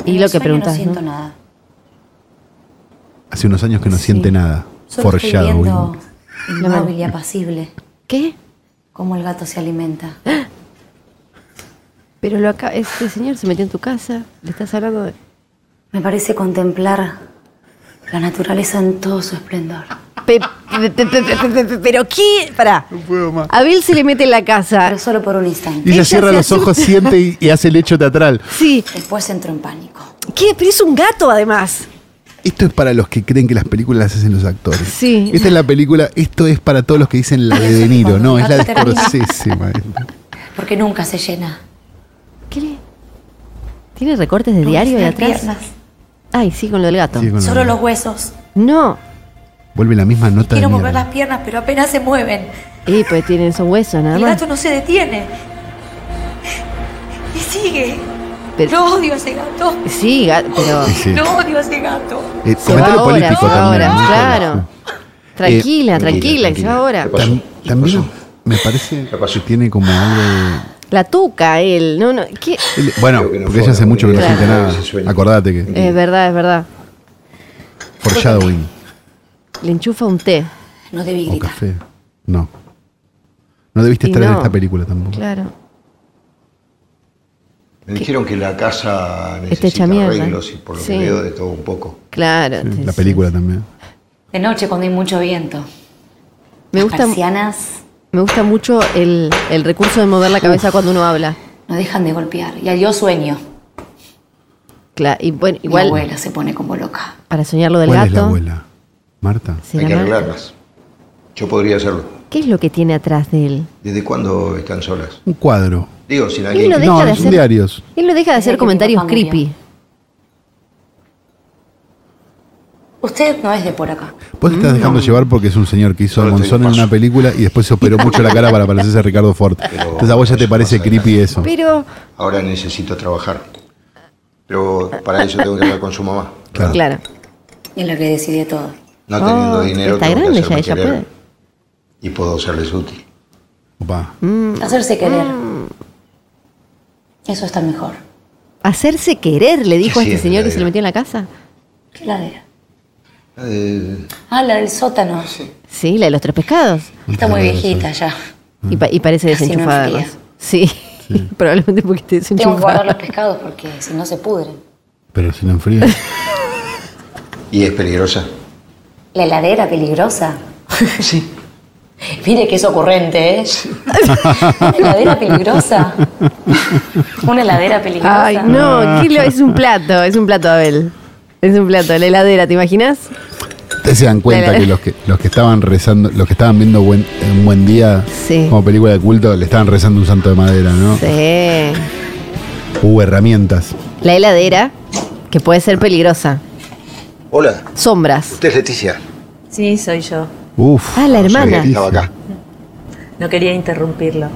H: En
C: Y
H: el
C: lo que
H: sueño
C: preguntas.
H: No siento
C: ¿no?
H: nada.
B: Hace unos años que no siente nada.
H: Solo estoy
B: Forjado.
H: viendo inmóvil y apacible
C: ¿Qué?
H: cómo el gato se alimenta.
C: Pero lo acá, este señor se metió en tu casa. Le estás hablando de.
H: Me parece contemplar la naturaleza en todo su esplendor.
C: Pe- pe- pe- pe- pe- pe- pe- pero qué. Pará.
B: No puedo más.
C: A Bill se le mete en la casa.
H: Pero solo por un instante.
B: Y ella
C: Ella
B: cierra
C: se
B: los ojos, siente y, y hace el hecho teatral.
C: Sí.
H: Después entro en pánico.
C: ¿Qué? Pero es un gato además.
B: Esto es para los que creen que las películas las hacen los actores.
C: Sí.
B: Esta es la película, esto es para todos los que dicen la de De Niro, no, es la de
H: Termina.
B: Scorsese, maestro.
H: Porque nunca se llena.
C: ¿Qué le.? ¿Tiene recortes de diario de
H: Las
C: atrás?
H: piernas.
C: Ay, sí, con lo del gato.
B: Sí, con la-
H: Solo los huesos.
C: No.
B: Vuelve la misma nota
H: Quiero
B: de
H: mover
B: mierda.
H: las piernas, pero apenas se mueven.
C: Eh, pues tienen esos huesos nada
H: El
C: más.
H: gato no se detiene. Y sigue.
C: Pero-
H: Lo odio a ese gato.
C: Sí, ga- pero.
B: Sí, sí.
H: Lo odio a ese gato.
B: Eh,
C: Se va
B: comentario
C: ahora,
B: político
C: se va
B: también.
C: ahora,
B: ¿no?
C: claro. Tranquila, tranquila, que se va ahora.
D: ¿Qué pasó?
B: eh, Tam-
D: ¿Qué
B: también
D: pasó?
B: me parece
D: ¿Qué pasó?
B: que tiene como algo de-
C: La tuca, él. No, no. ¿qué?
B: él- Bueno,
D: Creo que no
B: porque
D: fue
B: ella hace
D: la
B: mucho que no
D: buena idea.
B: siente
D: Ese
B: nada.
D: sueño.
B: Acordate que.
C: Es verdad, es verdad.
B: Foreshadowing.
C: Le enchufa un té.
H: No debí
B: O
H: gritar.
B: café. No. No debiste
C: Y
B: estar en
C: no.
B: esta película tampoco.
C: Claro.
D: Me dijeron que la casa necesita
C: hecha mierda.
D: arreglos y por lo
C: Sí.
D: que veo de todo un poco.
C: Claro.
B: Sí,
C: te-
B: Eh, La película también.
H: De noche cuando hay mucho viento.
C: Me
H: Las
C: gusta,
H: persianas
C: me gusta mucho el, el recurso de mover la cabeza cuando uno habla.
H: no dejan de golpear. Y adiós sueño.
C: Cla- y bueno,
H: Igual.
C: igual
H: Mi abuela se pone como loca.
C: para soñar lo del
B: ¿Cuál
C: gato.
B: es la abuela? ¿Marta?
C: ¿será
D: Hay que
C: Marta?
D: arreglarlas. Yo podría hacerlo.
C: ¿Qué es lo que tiene atrás de él?
D: ¿Desde cuándo están solas?
B: Un cuadro.
D: Digo, sin
C: Él
D: alguien
C: no
D: que-
C: deja
B: No,
C: de
B: son
C: hacer
B: diarios.
C: Él no deja de
H: Desde
C: hacer
H: que mi
C: comentarios
H: papá murió.
C: creepy.
H: Usted no es de por acá.
B: Vos te estás
C: Mm.
B: dejando llevar porque es un señor que hizo a
D: Solo estoy
B: Monzón en
D: de
B: una
D: paso.
B: película y después se operó mucho la cara para parecerse a Ricardo Ford. Entonces a vos ya te
D: eso
B: parece
D: más adelante.
B: creepy eso.
C: Pero,
D: ahora necesito trabajar. Pero para eso tengo que hablar con su mamá.
B: Claro.
C: claro.
H: Y en lo que decide todo.
D: No teniendo
C: Oh,
D: dinero,
C: está
D: tengo que
C: grande
D: hacerme
C: ya, ella
D: querer.
C: puede.
D: Y puedo serles útil.
B: Opa.
C: Mm.
H: Hacerse querer. Eso está mejor.
C: Hacerse querer, le dijo a
D: Sí,
C: este
D: es
C: señor que
D: verdadero.
C: se le metió en la casa.
H: ¿Qué ladera?
D: Eh,
H: Ah, la del sótano.
C: Sí, la de los tres pescados.
H: Está muy viejita ya.
C: Y,
D: Mm.
C: pa- y parece
H: Casi no
C: desenchufada
H: enfría.
C: además. Sí, probablemente porque esté
H: Tengo que
C: desenchufada.
H: guardar los pescados porque si no se pudren.
B: Pero si no enfría.
D: y es peligrosa.
H: La heladera peligrosa. Sí. Mire que es ocurrente, ¿eh? Una heladera peligrosa. Una heladera peligrosa.
C: Ay,
D: Ah.
C: no, ¿qué lo- es un plato, es un plato, Abel. Es un plato, la heladera, ¿te imaginas?
B: Ustedes se dan cuenta
C: Dale.
B: que los que los que estaban rezando, los que estaban viendo buen, eh, un buen día
C: Sí.
B: como película de culto, le estaban rezando un santo de madera, ¿no?
C: Sí.
B: Hubo herramientas.
C: La heladera, que puede ser peligrosa.
D: Hola,
C: Sombras.
D: usted es Leticia.
I: Sí, soy yo.
B: Uf.
C: Ah, la
D: No sabía
C: hermana.
D: que estaba acá.
I: No quería interrumpirlo.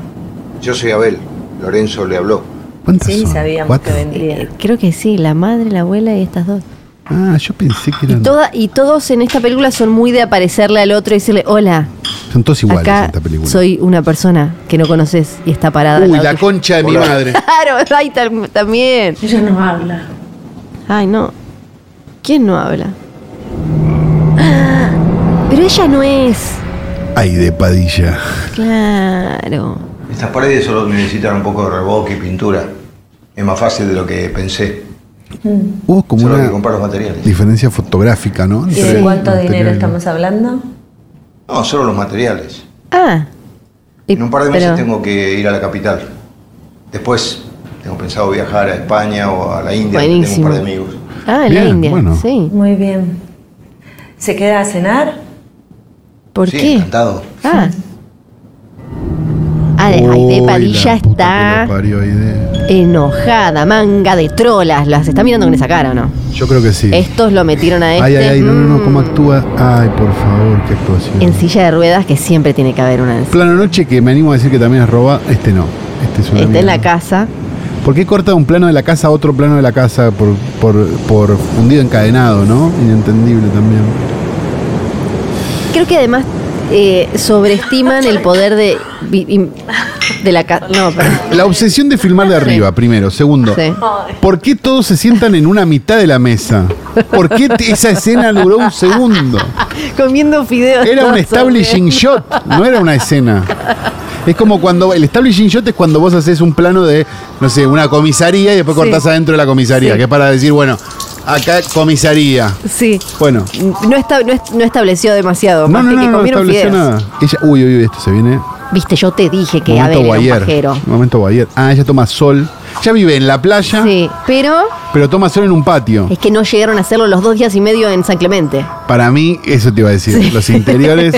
D: Yo soy Abel. Lorenzo le habló.
B: ¿Cuántas
I: Sí,
B: son?
I: sabíamos
B: ¿Cuatro?
I: que vendría.
C: Eh, Creo que sí, la madre, la abuela y estas dos.
B: Ah, yo pensé que
C: Y,
B: eran.
C: toda, y todos en esta película son muy de aparecerle al otro y decirle, hola,
B: Son todos iguales en
C: acá
B: esta película.
C: soy una persona que no conoces y está parada. al
B: Uy,
C: lado
B: la
C: tuyo".
B: concha de mi
D: Hola.
B: madre.
C: Claro, ay, tam- también.
I: Ella no habla.
C: Ay, no. ¿Quién no habla? Ah, Pero ella no es.
B: Ay, de padilla.
C: Claro.
D: Estas paredes solo necesitan un poco de reboque y pintura. Es más fácil de lo que pensé.
B: Hubo como
D: solo hay que
B: una
D: comprar los materiales.
B: diferencia fotográfica, ¿no?
I: ¿Y
B: Entre
I: de cuánto dinero
B: los anteriores.
I: estamos hablando?
D: No, solo los materiales.
C: Ah. Y-
D: En un par de meses
C: pero-
D: tengo que ir a la capital. Después tengo pensado viajar a España o a la India. donde Tengo
C: Buenísimo.
D: un par de amigos.
C: Ah, en la
B: Bien,
C: India.
B: bueno.
C: Sí.
I: Muy bien. ¿Se queda a cenar?
C: ¿Por
D: sí,
C: qué?
D: encantado.
C: Ah. Ah, de- ay, de
B: Uy,
C: Padilla
B: la puta
C: está
B: que lo parió, Aide.
C: enojada, manga de trolas. Las está mirando con esa cara, ¿o no?
B: Yo creo que sí.
C: Estos lo metieron a este.
B: ay, ay, ay, no, no, no, cómo
C: mm,
B: actúa. Ay, por favor, qué actuación.
C: En silla de ruedas, que siempre tiene que haber una. en-
B: Plano noche que me animo a decir que también es roba, este no. Este es una
C: Está en la
B: mierda.
C: casa.
B: ¿Por qué corta un plano de la casa a otro plano de la casa por, por, por fundido encadenado, no? Inentendible también.
C: Creo que además eh, sobreestiman el poder de, vi- im- de la casa. No, perdón.
B: La obsesión de filmar de arriba, primero. Segundo,
C: Sí.
B: ¿por qué todos se sientan en una mitad de la mesa? ¿Por qué t- esa escena duró un segundo?
C: Comiendo fideos.
B: Era un
C: todos
B: establishing
C: sobre-
B: shot, no era una escena. Es como cuando. El establishing shot es cuando vos haces un plano de, no sé, una comisaría y después
C: Sí.
B: cortás adentro de la comisaría,
C: Sí.
B: que es para decir, bueno, acá comisaría.
C: Sí.
B: Bueno.
C: No, esta- no es- no estableció demasiado.
B: No,
C: más
B: no,
C: que
B: no,
C: que
B: no, no
C: comieron
B: estableció
C: fideos.
B: nada. Ella, uy, uy, uy, esto se viene.
C: Viste, yo te dije que
B: momento
C: Abel era un
B: guayer.
C: pajero.
B: Momento guayer. Ah, ella toma sol. Ya vive en la playa,
C: Sí, pero
B: pero toma sol en un patio.
C: es que no llegaron a hacerlo los dos días y medio en San Clemente.
B: Para mí, eso te iba a decir. Los interiores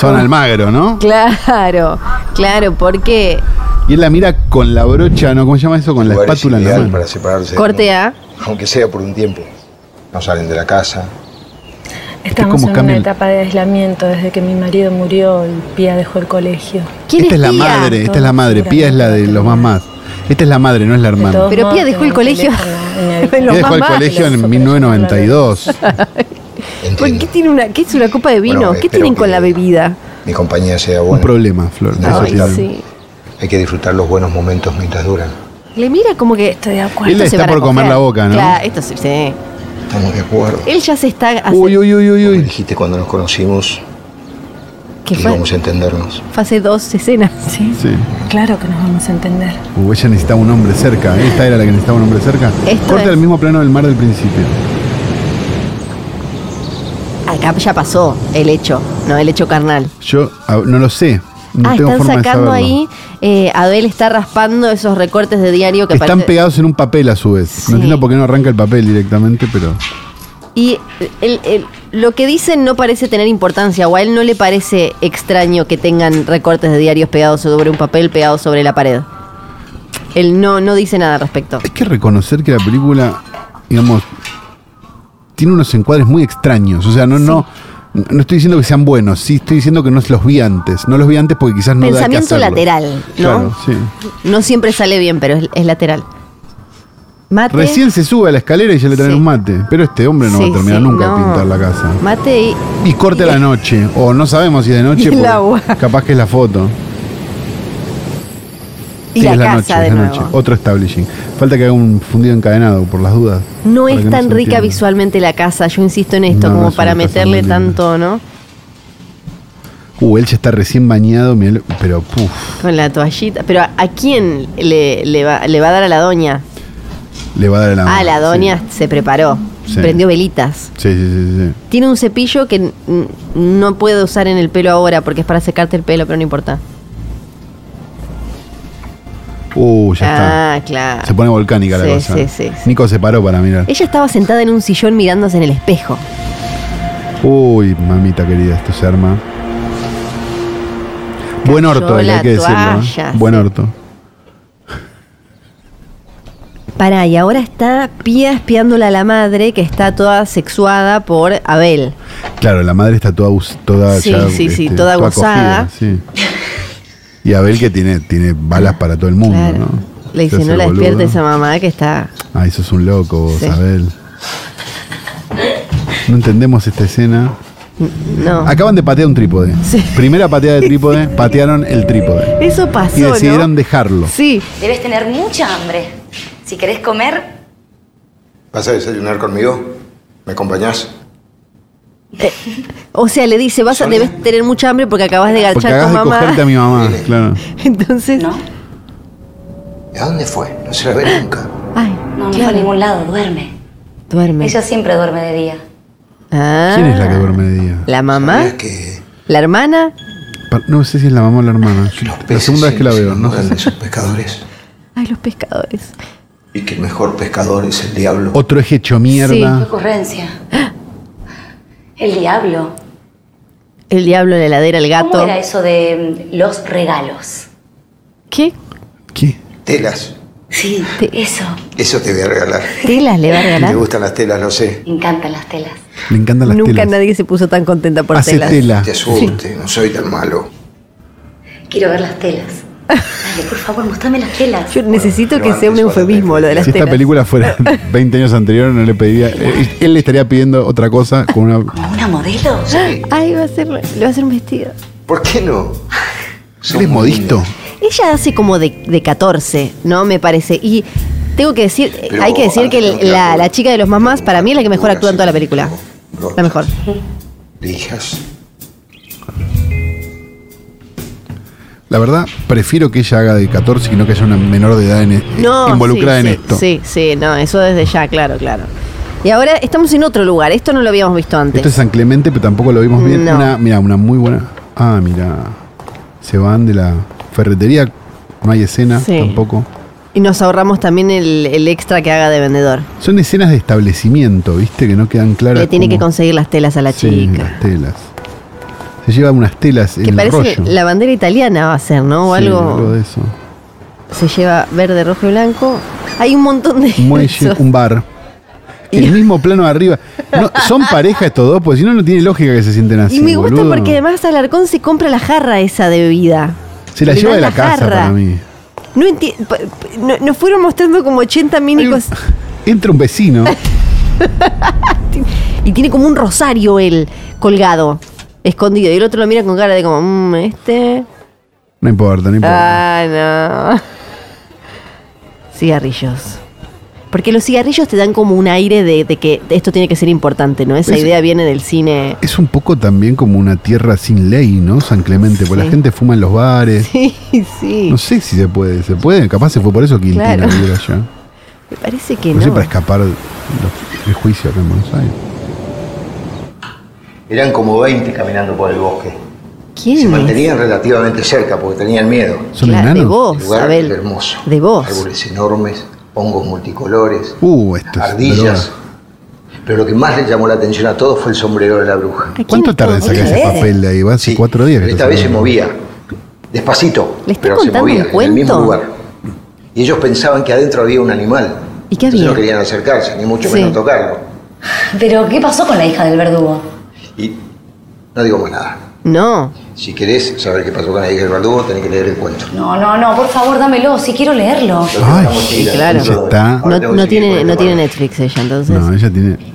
B: son almagro, ¿no?
C: Claro, claro, porque
B: Y él la mira con la brocha, ¿no? ¿Cómo se llama eso? Con la
D: Lugares
B: espátula en la
D: ideal
B: mano.
D: para separarse.
C: corte A,
D: Aunque sea por un tiempo. No salen de la casa.
I: Estamos
B: como
I: en
B: cambian-
I: una etapa de aislamiento desde que mi marido murió el Pía dejó el colegio.
C: ¿quién
B: Esta es la
C: Pía?
B: madre, esta es la madre. Pía es la de los más más. Esta es la madre, no es la
I: De
B: hermana.
I: todos
B: Pía
C: Pero
I: modos,
C: Pía dejó
I: tengo
C: el colegio
I: teléfono en el-
C: en los
B: dejó el
C: más más.
B: colegio en
I: los
B: 1992.
C: ¿Por qué tiene una, qué es una copa de vino?
D: Bueno,
C: ¿Qué
D: espero
C: tienen con
D: que-
C: la bebida?
D: Mi compañía sea
B: Un
D: buena.
B: problema, Flor. de eso
D: Ay,
B: te hablo.
D: sí. Hay que disfrutar los buenos momentos mientras duran.
C: Le mira como que.
I: Estoy de acuerdo.
B: Él
C: Estos se
B: está
C: van a
B: por comer
C: coger.
B: la boca, ¿no?
C: Claro, esto sí, sí.
D: Estamos de acuerdo.
C: Él ya se está haciendo.
B: Uy, uy, uy, uy,
D: Me
B: uy.
D: dijiste cuando nos conocimos
C: que
D: que
C: fue,
D: íbamos a entendernos.
C: fue hace dos escenas.
I: Sí,
B: Sí.
I: claro que nos vamos a entender.
B: Uh, ella necesitaba un hombre cerca. ¿eh? Esta era la que necesitaba un hombre cerca.
C: Esto
B: Corta
C: es-
B: el mismo plano del mar del principio.
C: Acá ya pasó el hecho, ¿no? El hecho carnal.
B: Yo ah, no lo sé. No
C: ah,
B: tengo
C: están
B: forma de
C: sacando
B: saberlo.
C: ahí. eh, Abel está raspando esos recortes de diario que
B: Están
C: parece-
B: pegados en un papel a su vez.
C: Sí.
B: No entiendo por qué no arranca el papel directamente, pero.
C: Y el- el- lo que dicen no parece tener importancia, o a él no le parece extraño que tengan recortes de diarios pegados sobre un papel, pegados sobre la pared. Él no, no dice nada al respecto.
B: Hay que reconocer que la película, digamos, tiene unos encuadres muy extraños. O sea, no, no, no estoy diciendo que sean buenos, sí estoy diciendo que no los vi antes. No los vi antes porque quizás no da que
C: Pensamiento
B: hacerlo.
C: lateral, ¿no?
B: Claro, sí.
C: No siempre sale bien, pero es, es lateral. Mate.
B: Recién se sube a la escalera y ya le traen
C: Sí.
B: un mate. Pero este hombre no va
C: Sí,
B: a terminar
C: sí,
B: nunca
C: no.
B: de pintar la casa.
C: Mate y.
B: Y corte a la noche. O no sabemos si es de noche.
C: Y el
B: porque
C: agua.
B: Capaz que es la foto.
C: Y
B: Sí,
C: la
B: es
C: casa de
B: es la
C: nuevo.
B: Otro establishing. Falta que haga un fundido encadenado, por las dudas.
C: No
B: para
C: es
B: que
C: tan
B: se
C: rica
B: entienda.
C: visualmente la casa, yo insisto en
B: No,
C: esto,
B: no
C: como
B: es una
C: para
B: casa
C: meterle
B: muy linda.
C: tanto, ¿no?
B: Uh, él ya está recién bañado, mirá lo- pero puf.
C: Con la toallita. Pero ¿a, a quién le, le va, le va a dar a la doña?
B: Le va a dar el hambre.
C: Ah, la doña
B: Sí.
C: se preparó.
B: Sí.
C: Prendió velitas.
B: Sí, sí, sí, sí.
C: Tiene un cepillo que n- n- no puedo usar en el pelo ahora porque es para secarte el pelo, pero no importa.
B: Uh, ya
C: ah,
B: está.
C: claro.
B: Se pone volcánica la
C: Sí,
B: cosa.
C: sí, sí, Eh. sí.
B: Nico se paró para mirar.
C: Ella estaba sentada en un sillón mirándose en el espejo.
B: Uy, mamita querida, esto se arma. Buen orto, él,
C: la
B: hay que decirlo. ¿eh?
C: toalla,
B: Buen
C: sí.
B: orto.
C: Pará, y ahora está Pía espiándola a la madre que está toda sexuada por Abel.
B: Uh, Claro, la madre está toda, abus- toda
C: Sí,
B: ya,
C: sí, sí, toda gozada.
B: cogida, sí. Y Abel que tiene, tiene balas para todo el mundo,
C: Claro.
B: ¿no? Se
C: Le dice,
B: hace
C: no la
B: boludo".
C: despierte esa mamá que está.
B: Ay, sos un loco vos,
C: Sí.
B: Abel. No entendemos esta escena.
C: No.
B: Acaban de patear un trípode. Primera pateada de trípode, patearon el trípode.
C: Eso pasó.
B: Y decidieron
C: ¿no?
B: dejarlo.
C: Sí.
H: Debes tener mucha hambre. Si querés comer,
D: ¿Vas a desayunar conmigo? ¿Me acompañás?
C: O sea, le dice, vas a, debes tener mucha hambre porque acabas de
B: Porque
C: garchar
B: acabas
C: con
B: de
C: mamá.
B: cogerte a mi mamá, claro.
C: Entonces.
H: no.
D: ¿A dónde fue? No se la ve nunca.
C: Ay,
H: No, no
C: claro.
H: fue a ningún lado, duerme.
C: Duerme.
H: Ella siempre duerme de día.
C: Ah.
B: ¿Quién es la que duerme de día?
C: ¿La mamá?
D: Sabías que
C: ¿La hermana?
B: Pa- No sé si es la mamá o la hermana.
D: los
B: La
D: peces
B: segunda vez
D: se
B: que la veo, ¿no?
D: enamoran de sus pescadores.
C: Ay, los pescadores.
D: Y que el mejor pescador es el diablo.
B: Otro eje hecho mierda.
C: Ah.
H: Qué ocurrencia. El diablo.
C: El diablo, la heladera, el
H: ¿Cómo
C: gato.
H: era eso de mm, los regalos?
C: ¿Qué?
B: ¿Qué?
D: Telas.
H: Sí, eso.
D: Eso te voy a regalar.
C: ¿Telas le va a
D: Me
C: regalar?
D: gustan las telas, no sé.
H: Me encantan las telas.
B: Me encantan las
C: Nunca
B: telas.
C: nadie se puso tan contenta por
B: Hace
C: telas.
B: tela.
D: Te asuste, no soy tan malo.
H: Quiero ver las telas. Dale, por favor, mostrame las telas.
C: Yo necesito
D: pero
C: que sea un
D: antes,
C: eufemismo lo de las
B: Si esta
C: telas.
B: película fuera 20 años anterior, no le pediría. eh, Él le estaría pidiendo otra cosa con una.
H: ¿Como una modelo?
C: Ay, va a ser, le va a hacer un vestido.
D: ¿Por qué no?
B: Él es modisto.
C: Ella hace como de, de 14, ¿no? Me parece. Y tengo que decir,
D: Pero
C: hay que decir que
D: antes,
C: la,
D: claro.
C: la chica de los mamás para mí es la que mejor
D: Una
C: actúa en toda la
D: serie,
C: película.
D: ¿no?
C: La mejor.
D: Lijas.
B: La verdad, prefiero que ella haga de 14 y no que haya una menor de edad en- eh,
C: No,
B: involucrada
C: sí,
B: en
C: sí,
B: esto.
C: Sí, sí, no, eso desde ya, claro, claro. Y ahora estamos en otro lugar, esto no lo habíamos visto antes.
B: Esto es San Clemente, pero tampoco lo vimos bien.
C: No.
B: Una, mira, una muy buena. Ah, mira. Se van de la ferretería. No hay escena
C: Sí.
B: tampoco.
C: Y nos ahorramos también el, el extra que haga de vendedor.
B: Son escenas de establecimiento, ¿viste? Que no quedan claras.
C: Le tiene que
B: cómo-
C: conseguir las telas a la
B: Sí,
C: chica.
B: las telas. Se lleva unas telas en
C: Que
B: el
C: parece
B: rollo.
C: la bandera italiana va a ser, ¿no? O
B: Sí,
C: algo.
B: de eso.
C: Se lleva verde, rojo y blanco. Hay un montón de.
B: Un muelle,
C: esos.
B: un bar. El mismo plano de arriba. No, son pareja estos dos, porque si no, no tiene lógica que se sienten así.
C: Y me gusta
B: boludo.
C: porque además Alarcón se compra la jarra esa de bebida.
B: Se la
C: Le
B: lleva
C: dan
B: de la, casa
C: jarra.
B: para mí.
C: No entiendo. Nos fueron mostrando como 80
B: Hay un-
C: minicos.
B: entra un vecino.
C: Y tiene como un rosario él colgado, escondido. Y el otro lo mira con cara de como, mmm, este.
B: No importa, no importa.
C: Ah, no. Cigarrillos. Porque los cigarrillos te dan como un aire de, de que esto tiene que ser importante, ¿no? Esa
B: Es-
C: idea viene del cine.
B: Es un poco también como una tierra sin ley, ¿no? San Clemente, porque
C: Sí.
B: la gente fuma en los bares.
C: Sí, sí.
B: No sé si se puede, se puede, capaz se fue por eso Quintina
C: Claro.
B: vivió allá.
C: Me parece que
B: No sé,
C: no.
B: para escapar de los- del juicio acá en Buenos Aires.
D: Eran como 20 caminando por el bosque. Se
C: ¿Quién es?
D: mantenían relativamente cerca porque tenían miedo.
B: Son
C: Claro, de
B: enanos.
C: vos,
D: El lugar
C: Abel.
D: era hermoso.
C: De vos.
D: Árboles enormes, hongos multicolores,
B: Uh, esto es
D: ardillas.
B: droga.
D: Pero lo que más le llamó la atención a todos fue el sombrero de la bruja.
C: ¿A quién
B: ¿Cuánto
C: le
B: tarda en
C: está-
B: sacar ese
C: otra vez?
B: papel de ahí? Va hace cuatro días. que
D: pero
B: está
D: Esta vez se
B: sacando.
D: movía. Despacito.
C: ¿Le está
D: pero se
C: contando
D: movía
C: un
D: en el mismo
C: cuento?
D: lugar. Y ellos pensaban que adentro había un animal.
C: ¿Y qué
D: Entonces
C: había?
D: no querían acercarse, ni mucho
C: Sí.
D: menos tocarlo.
H: Pero, ¿qué pasó con la hija del verdugo?
D: Y no digo más nada.
C: No.
D: Si querés saber qué pasó con la hija del verdugo, tenés que leer el cuento.
H: No, no, no, por favor, dámelo, si quiero leerlo.
D: Lo tengo en la
B: Ay,
D: mochila,
C: sí, claro.
D: tengo todo.
B: Está-
D: Ahora
C: No,
D: tengo que
C: no
D: seguir por
C: tiene,
D: el
C: no tiene
D: camino.
C: Netflix ella, entonces.
B: No, ella tiene.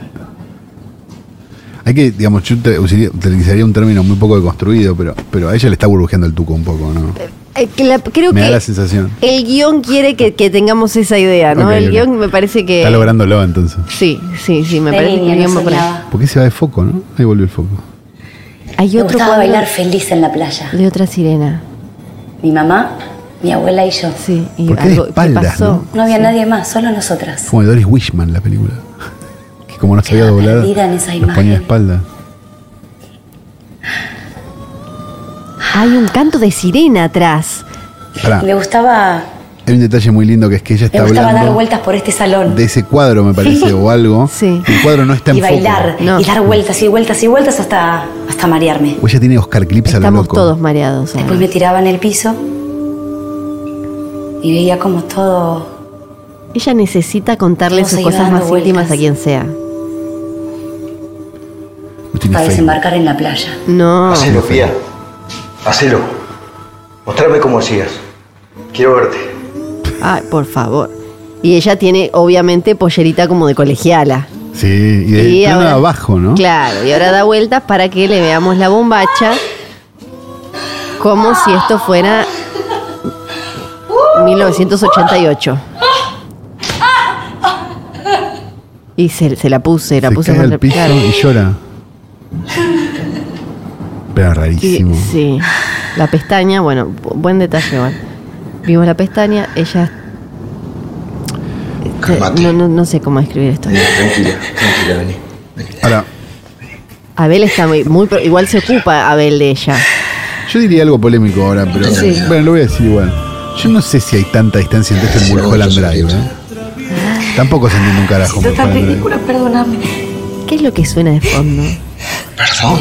B: Hay que, digamos, yo te- usaría- utilizaría un término muy poco deconstruido, pero, pero a ella le está burbujeando el tuco un poco, ¿no?
C: Eh, que la- creo
B: Me
C: que
B: da la sensación.
C: el guión quiere que, que tengamos esa idea, ¿no?
B: Ok,
C: el
B: ok.
C: guión me parece que.
B: Está lográndolo entonces.
C: Sí, sí, sí, me
H: De
C: parece que
H: niña
C: el
H: no
C: guión va por ahí.
H: soñaba.
B: ¿Por qué se va de foco, no? Ahí volvió el foco.
C: Hay
H: Me
C: otro
H: gustaba
C: cuadro
H: bailar feliz en la playa.
C: de otra sirena.
H: Mi mamá, mi abuela y yo.
C: Sí, y
B: ¿Por qué de
C: algo-
B: espaldas,
C: ¿qué pasó?
H: No había nadie más, solo nosotras.
B: Como de Doris Wishman la película. Que como no se había
H: Quedaba
B: doblado,
H: perdida en esa
B: nos ponía de
H: imagen.
B: espalda.
C: Hay un canto de sirena atrás.
B: Pará,
H: Me gustaba,
B: hay un detalle muy lindo que es que ella
H: me
B: está
H: gustaba dar
B: hablando
H: vueltas por este salón.
B: de ese cuadro, me parece, o algo.
C: Sí.
B: El cuadro no está en
H: y bailar,
B: foco.
C: No.
H: y dar vueltas y vueltas y vueltas hasta, hasta marearme.
B: O ella tiene Oscar Clips a lo
C: Estamos
B: loco.
C: todos mareados. ahora.
H: Después me tiraba en el piso y veía como todo...
C: Ella necesita contarle
H: Todo
C: sus
H: se iba
C: cosas
H: dando
C: más íntimas
H: vueltas.
C: a quien sea.
B: No tiene
H: para
B: Facebook.
H: desembarcar en la playa.
C: No.
D: Hacelo, Pía. Hacelo. Mostrame cómo hacías. Quiero verte.
C: Ay, por favor. Y ella tiene, obviamente, pollerita como de colegiala.
B: Sí, y de plano
C: ahora-
B: abajo, ¿no?
C: Claro, y ahora da vueltas para que le veamos la bombacha. Como si esto fuera 1988. Y se, se la puse, la
B: se
C: puse
B: cae
C: contra
B: al
C: el-
B: piso
C: claro.
B: y llora. Pero
C: Y-
B: rarísimo.
C: sí, la pestaña, bueno, bu- buen detalle, bueno. Vimos la pestaña, ella... este,
D: Calmate.
C: No, no, no sé cómo describir esto.
D: Vení, Tranquila, tranquila, vení.
B: Ahora,
C: Abel está muy, muy... pro- Igual se ocupa Abel de ella.
B: yo diría algo polémico ahora, pero
C: Sí.
B: bueno, lo voy a decir igual. Yo no sé si hay tanta distancia entre este Mulholland Drive. ¿eh? Tampoco se entiende un carajo.
H: tan
B: Mulholland Drive.
H: ridícula, perdóname.
C: ¿Qué es lo que suena de fondo?
D: Perdón.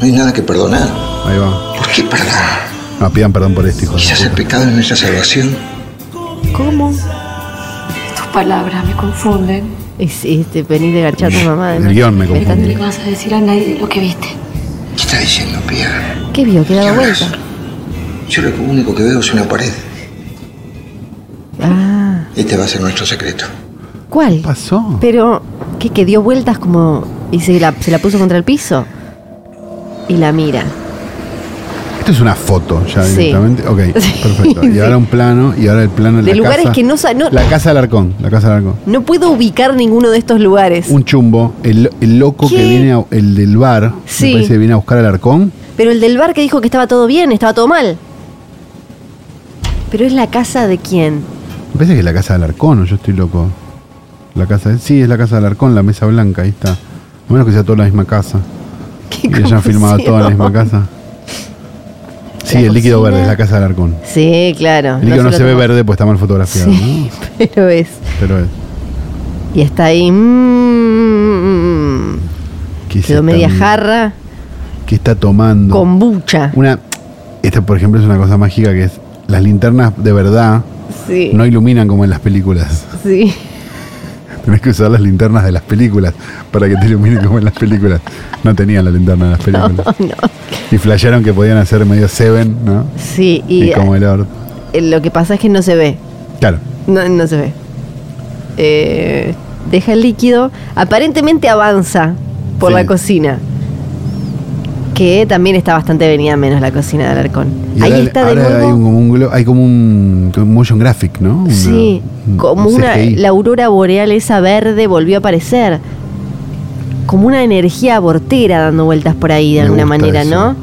D: No hay nada que perdonar.
B: Ahí va.
D: ¿Por qué perdonar?
B: No, pidan perdón por este hijo. de
J: Quizás el
B: puta.
J: pecado es nuestra salvación.
H: ¿Cómo? Tus palabras me confunden.
C: Es este, venir de garchar a tu mamá.
B: El guión me
H: Berta, no
B: confunde.
H: le vas a decir a nadie lo que viste.
J: ¿Qué está diciendo, Pía?
C: ¿Qué vio? ¿Qué daba
J: ¿Qué hablas?
C: vuelta?
J: Yo lo único que veo es una pared.
C: Ah,
J: Este va a ser nuestro secreto.
C: ¿cuál?
B: pasó?
C: Pero, ¿qué? Que dio vueltas como. y se la, se la puso contra el piso. Y la mira.
B: Esto es una foto ya
C: Sí.
B: directamente. Ok,
C: Sí,
B: perfecto. Y
C: sí.
B: ahora un plano, y ahora el plano de
C: De
B: la
C: lugares
B: casa.
C: que no sa- no-
B: La casa del arcón, la casa del arcón.
C: No puedo ubicar ninguno de estos lugares.
B: Un chumbo, el, el loco
C: ¿Qué?
B: que viene, a- el del bar,
C: Sí.
B: me parece que viene a buscar al arcón.
C: Pero el del bar que dijo que estaba todo bien, estaba todo mal. Pero es la casa de quién?
B: Me parece que es la casa del arcón, o yo estoy loco. La casa, de- sí, es la casa del arcón, la mesa blanca, ahí está. A menos que sea toda la misma casa.
C: Qué
B: Y hayan filmado
C: confusión.
B: toda en la misma casa. Sí, el líquido
C: cocina.
B: verde es la casa del arcón.
C: Sí, claro.
B: El líquido no,
C: lo
B: se ve
C: tomó.
B: verde, pues está mal fotografiado, ¿no?
C: Sí, pero es.
B: Pero eh, es.
C: Y está ahí. mm,
B: ¿qué
C: quedó
B: se
C: media
B: están-
C: jarra
B: ¿Qué está tomando?
C: con bucha.
B: Una. Esta, por ejemplo, es una cosa mágica que es. Las linternas de verdad
C: Sí.
B: no iluminan como en las películas.
C: sí.
B: Tenés que usar las linternas de las películas para que te iluminen como en las películas. No tenían la linterna de las películas. Y flashearon que podían hacer medio Seven, ¿no?
C: Sí,
B: Y,
C: y,
B: como el Lord.
C: eh, lo que pasa es que no se ve.
B: Claro.
C: No, no se ve. Eh, deja el líquido. Aparentemente avanza por
B: Sí.
C: la cocina. Que también está bastante venida menos la cocina de Alarcón.
B: Y
C: Ahí
B: ahora-
C: está de
B: ahora
C: nuevo.
B: Hay, un- como un, glo- hay como un como un motion graphic, ¿no? Una-
C: sí,
B: un-
C: como
B: un
C: una.
B: CGI.
C: La aurora boreal esa verde volvió a aparecer. Como una energía abortera dando vueltas por ahí de
B: Me
C: alguna
B: gusta
C: manera,
B: eso.
C: ¿no?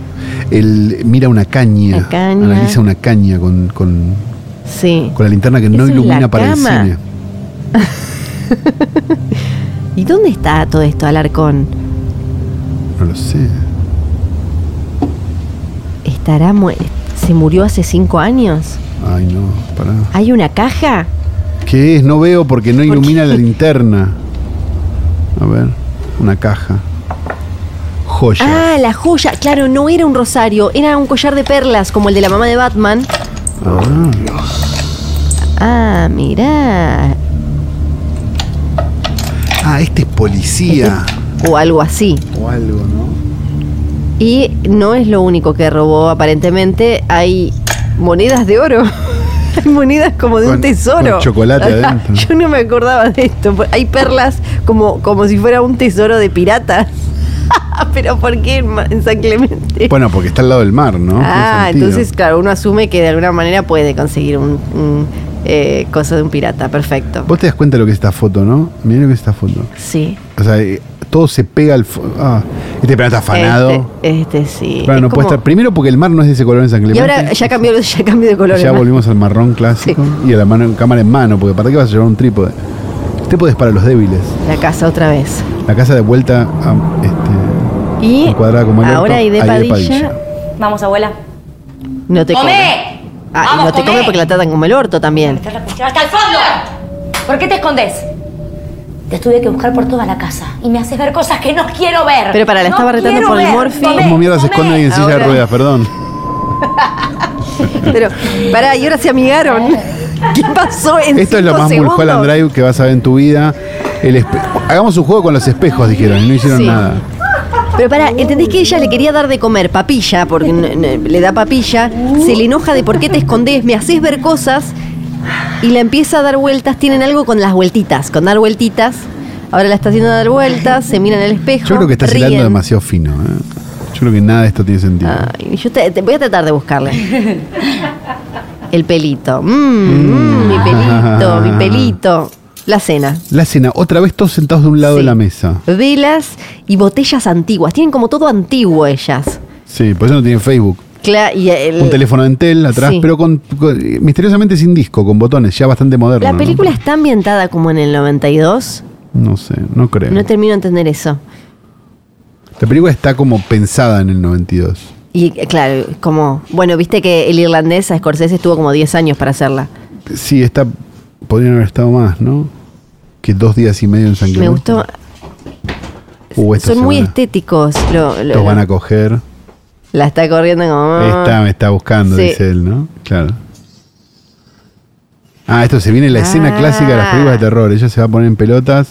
B: El, mira una caña,
C: Una caña.
B: Analiza una caña con, con,
C: Sí.
B: con la linterna que no
C: Esa es la
B: ilumina para
C: cama.
B: el cine.
C: ¿Y dónde está todo esto, Alarcón?
B: No lo sé.
C: ¿Estará mu- ¿Se murió hace cinco años?
B: Ay, no, pará.
C: ¿Hay una caja?
B: ¿Qué es? No veo porque no ilumina
C: qué?
B: la linterna. A ver, una caja. Joya.
C: Ah, la joya. Claro, no era un rosario, era un collar de perlas como el de la mamá de Batman.
B: Ah,
C: Ah, mirá.
B: Ah, este es policía.
C: O algo así.
B: o algo, ¿no?
C: Y no es lo único que robó, aparentemente. Hay monedas de oro. Hay monedas como de un
B: Con-
C: tesoro.
B: con chocolate adentro.
C: Yo no me acordaba de esto. Hay perlas como, como si fuera un tesoro de piratas. Pero ¿por qué en Ma- en San Clemente?
B: Bueno, porque está al lado del mar, ¿no? Tiene
C: ah,
B: sentido.
C: entonces, claro, uno asume que de alguna manera puede conseguir un, un, eh, cosa de un pirata. Perfecto.
B: Vos te das cuenta de lo que es esta foto, ¿no? Mirá lo que es esta foto.
C: Sí.
B: O sea, eh, todo se pega al. fo- Ah, este plano está afanado.
C: Este, este sí.
B: Claro,
C: Es
B: no puede
C: como-
B: estar. Primero porque el mar no es de ese color en San
C: Y
B: Clemente.
C: ahora ya cambió, ya cambió de color.
B: Ya
C: el mar.
B: volvimos al marrón clásico y a la mano, cámara en mano, porque ¿para qué vas a llevar un trípode? El trípode es para los débiles.
C: La casa otra vez.
B: La casa de vuelta a, este,
C: Y
B: Encuadrada como el orto,
C: ahora hay de
B: ahí de
C: padilla,
B: Padilla.
H: Vamos, abuela.
C: No te come.
G: ¡Come!
C: Ah, y
G: Vamos,
C: no te
G: come.
C: come porque la tratan como el orto también.
H: Meter la cuchara ¡Hasta el fondo! ¿Por qué te escondes? Te tuve que buscar por toda la casa y me haces ver cosas que no quiero ver.
C: Pero para, la
H: No
C: estaba retando
H: quiero
C: por el
H: ver.
C: morfi.
H: Tomé,
B: ¿Cómo mierda se
H: tomé.
B: esconde ahí en silla de
C: Ahora.
B: ruedas? Perdón.
C: Pero, pará, y ahora se amigaron. ¿Qué pasó en
B: Esto es lo
C: cinco
B: más
C: segundos?
B: Mulholland Drive que vas a ver en tu vida. El espe- Hagamos un juego con los espejos, dijeron, y no hicieron
C: Sí.
B: nada.
C: Pero pará, ¿entendés que ella le quería dar de comer papilla? Porque n- n- le da papilla. Se le enoja de por qué te escondés, me haces ver cosas. Y la empieza a dar vueltas. Tienen algo con las vueltitas, con dar vueltitas. Ahora la está haciendo dar vueltas, se mira en el espejo.
B: Yo creo que estás
C: ríen.
B: hilando demasiado fino. ¿eh? Yo creo que nada de esto tiene sentido.
C: Ay, yo te, te- voy a tratar de buscarle. El pelito. Mm, mm, mi pelito, mi pelito. La cena.
B: La cena, otra vez todos sentados de un lado
C: Sí.
B: de la mesa.
C: Velas y botellas antiguas. Tienen como todo antiguo ellas.
B: Sí, por eso no tienen Facebook.
C: Cla- y el-
B: Un teléfono de Entel atrás,
C: Sí.
B: pero con, con- misteriosamente sin disco, con botones, ya bastante moderno.
C: La
B: ¿no?
C: película está ambientada como en el 92.
B: No sé, no creo.
C: No termino de entender eso.
B: La película está como pensada en el 92.
C: Y eh, claro, como. Bueno, viste que el irlandés a Scorsese estuvo como 10 años para hacerla.
B: Sí, esta podrían haber estado más, ¿no? Que dos días y medio en San
C: Me
B: Clemente.
C: gustó.
B: Uh, estos
C: Son
B: se
C: muy
B: van a-
C: estéticos. Lo, lo-
B: Estos van a coger.
C: La está corriendo como.
B: Esta me está buscando,
C: Sí.
B: dice él, ¿no? Claro. Ah, esto se viene la escena
C: Ah.
B: clásica de las películas de terror. Ella se va a poner en pelotas.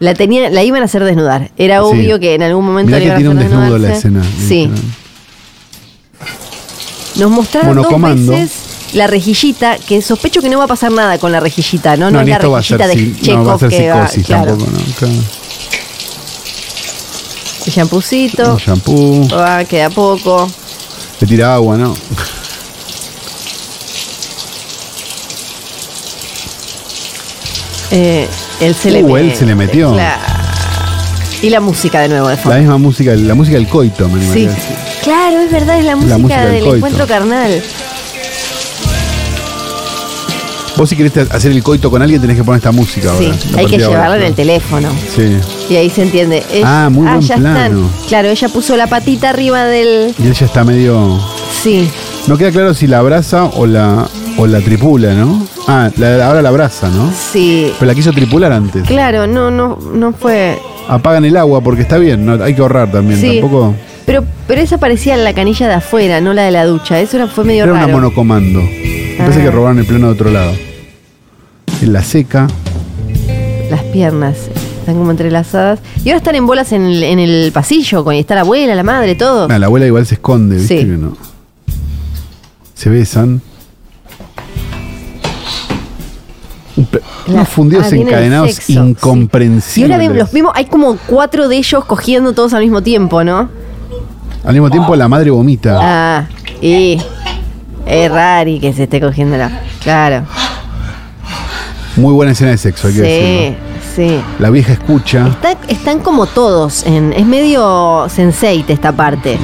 C: La, tenía, la iban a hacer desnudar. Era
B: Sí.
C: Ah, obvio que en algún momento
B: Mirá
C: la
B: que
C: iban a
B: tiene un
C: hacer
B: desnudo la
C: desnudarse.
B: escena.
C: Sí. Nos mostraron dos
B: Monocomando.
C: veces la rejillita, que sospecho que no va a pasar nada con la rejillita, ¿no? No, es
B: ni
C: la
B: esto va a ser,
C: rejillita de
B: psi-
C: Chekhov
B: no, va a ser
C: que va-
B: psicosis
C: claro.
B: tampoco, ¿no? Claro.
C: El champucito.
B: Un shampoo,
C: Ah, queda poco.
B: le tira agua, ¿no?
C: Eh, él se le
B: Uh, él
C: mete,
B: se le metió.
C: claro. Y la música de nuevo de
B: La
C: fondo.
B: misma música, la música del coito, me
C: Sí.
B: animaría a decir.
C: Claro, es verdad, es la música,
B: música del
C: del,
B: coito.
C: encuentro carnal.
B: Vos si querés hacer el coito con alguien tenés que poner esta música
C: Sí,
B: ahora. a
C: hay
B: partir
C: que
B: de
C: llevarla
B: ahora,
C: en el teléfono.
B: Sí.
C: Y ahí se entiende. Eh,
B: Ah, muy buen
C: ya
B: plano.
C: están. Claro, ella puso la patita arriba del.
B: Y ella está medio.
C: Sí.
B: No queda claro si la abraza o la o la tripula, ¿no? Ah, la- ahora la abraza, ¿no?
C: Sí.
B: Pero la quiso tripular antes.
C: Claro, no, no, no fue.
B: Apagan el agua porque está bien, ¿no? hay que ahorrar también,
C: Sí.
B: tampoco.
C: Pero, pero esa parecía la canilla de afuera, no la de la ducha. Eso era- fue medio
B: Era una
C: raro.
B: monocomando. Me parece
C: Ah.
B: que robaron el plano de otro lado. En la seca.
C: Las piernas están como entrelazadas. Y ahora están en bolas en el, en el pasillo, con está la abuela, la madre, todo.
B: Nah, Ah, la abuela igual se esconde, ¿viste?
C: Sí.
B: Que no. Se besan. Un pe-
C: La-
B: unos fundidos
C: ah, viene el
B: encadenados
C: sexo, sí. Y
B: incomprensibles.
C: ahora ven los mismos, hay como cuatro de ellos cogiendo todos al mismo tiempo, ¿no?
B: Al mismo tiempo la madre vomita.
C: Ah, y. Es rari que se esté cogiendo la. Claro.
B: Muy buena escena de sexo, hay que
C: Sí,
B: decirlo.
C: sí.
B: La vieja escucha.
C: Está- están como todos, en, es medio sensei esta parte.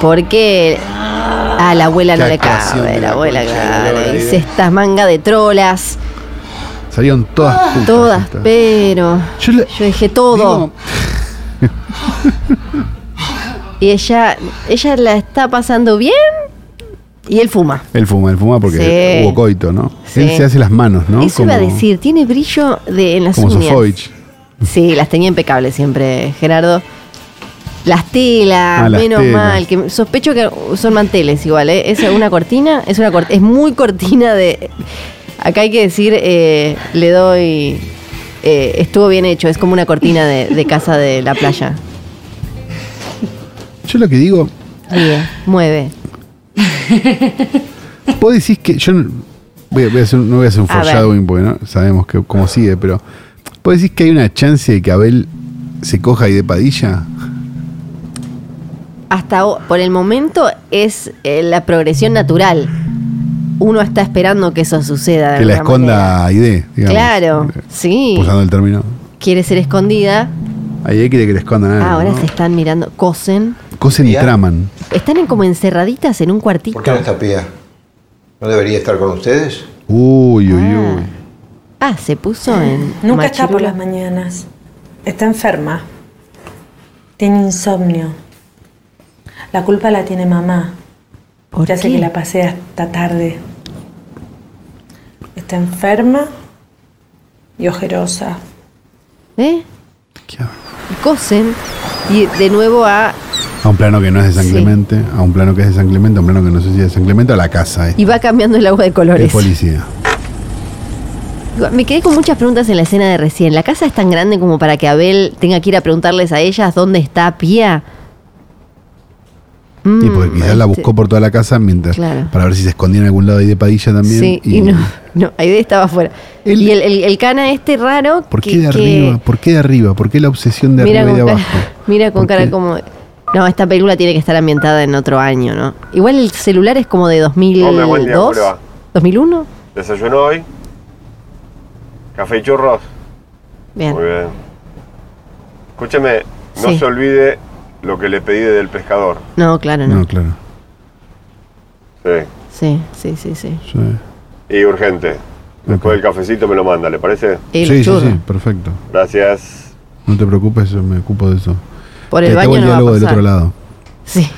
C: Porque a la abuela no
B: Qué
C: le
B: actuación
C: cabe,
B: de
C: la
B: la
C: abuela,
B: concha de
C: claro.
B: la
C: Dice
B: lora,
C: estas manga de trolas,
B: Salieron todas putas
C: Ah, todas,
B: estas.
C: pero
B: Yo le-
C: yo dije todo.
B: Digo,
C: Y ella, ella la está pasando bien y él fuma.
B: Él fuma, él fuma porque
C: Sí.
B: hubo coito, ¿no?
C: Sí.
B: Él se hace las manos, ¿no?
C: Eso iba a decir, tiene brillo de, en las
B: Como
C: uñas.
B: Sofovich.
C: Sí, las tenía impecables siempre, Gerardo. Las telas,
B: Ah, las
C: menos
B: telas.
C: mal, que sospecho que son manteles igual, ¿eh? Es una cortina, es una cort- es muy cortina de. Acá hay que decir, eh, le doy. eh, estuvo bien hecho, es como una cortina de, de casa de la playa.
B: Yo lo que digo,
C: Ríe, mueve.
B: vos decís que. Yo no voy a, voy a hacer, un- no voy a hacer un
C: A ver.
B: foreshadowing porque no sabemos que, cómo sigue, pero. ¿Vos decís que hay una chance de que Abel se coja y de padilla?
C: Hasta o- por el momento es eh, la progresión natural. Uno está esperando que eso suceda. de
B: que la
C: alguna manera.
B: esconda Aide, digamos. Eh, pues,
C: Claro, sí.
B: Usando el término.
C: Quiere ser escondida.
B: Aide quiere que le escondan algo.
C: Ah, Ahora
B: Ah, ¿no?
C: se están mirando, cosen.
B: Cosen y traman.
C: Están en- como encerraditas en un cuartito.
D: ¿Por qué no está Pía? ¿No debería estar con ustedes?
B: Uy, uy, uy.
C: Ah, se puso en.
K: Nunca está por
C: machirula.
K: las mañanas. Está enferma. Tiene insomnio. La culpa la tiene mamá.
C: ¿Por
K: ya sé
C: qué?
K: que la pasé hasta tarde. Está enferma y ojerosa.
C: ¿Eh?
B: ¿Qué habla?
C: Cosen. Y de nuevo a.
B: A un plano que no es de San
C: Sí.
B: Clemente, a un plano que es de San Clemente, a un plano que no sé si es de San Clemente, a la casa. eh.
C: Y va cambiando el agua de
B: El
C: colores.
B: policía.
C: Me quedé con muchas preguntas en la escena de recién. ¿La casa es tan grande como para que Abel tenga que ir a preguntarles a ellas dónde está Pía?
B: Y porque quizás la
C: este.
B: buscó por toda la casa mientras
C: Claro.
B: para ver si se escondía en algún lado ahí de Padilla también.
C: sí, y, no. No, Aide estaba afuera. y el, el- el cana este raro.
B: ¿Por qué
C: que-
B: de
C: que-
B: arriba? ¿Por qué de arriba? ¿Por qué la obsesión de
C: mira
B: arriba y
C: con
B: de
C: cara,
B: abajo?
C: mira con
B: ¿Por
C: cara
B: qué?
C: como. No, esta película tiene que estar ambientada en otro año, ¿no? Igual el celular es como de 2002.
L: Hombre, buen día, ¿cómo le va?
C: 2001.
L: Desayuno hoy. Café y churros.
C: Bien.
L: Muy bien. Escúcheme, no
C: Sí.
L: se olvide lo que le pedí del pescador.
C: No, claro, no.
B: No, claro.
L: Sí.
C: Sí, sí, sí, sí.
B: Sí,
L: Y urgente. Después del cafecito me lo manda, ¿le parece?
C: Y los
B: sí, sí,
C: churros.
B: sí, perfecto.
L: Gracias.
B: No te preocupes, yo me ocupo de eso.
C: Por el
B: Te- te hago
C: baño no va a
B: diálogo del
C: pasar.
B: otro lado.
C: Sí.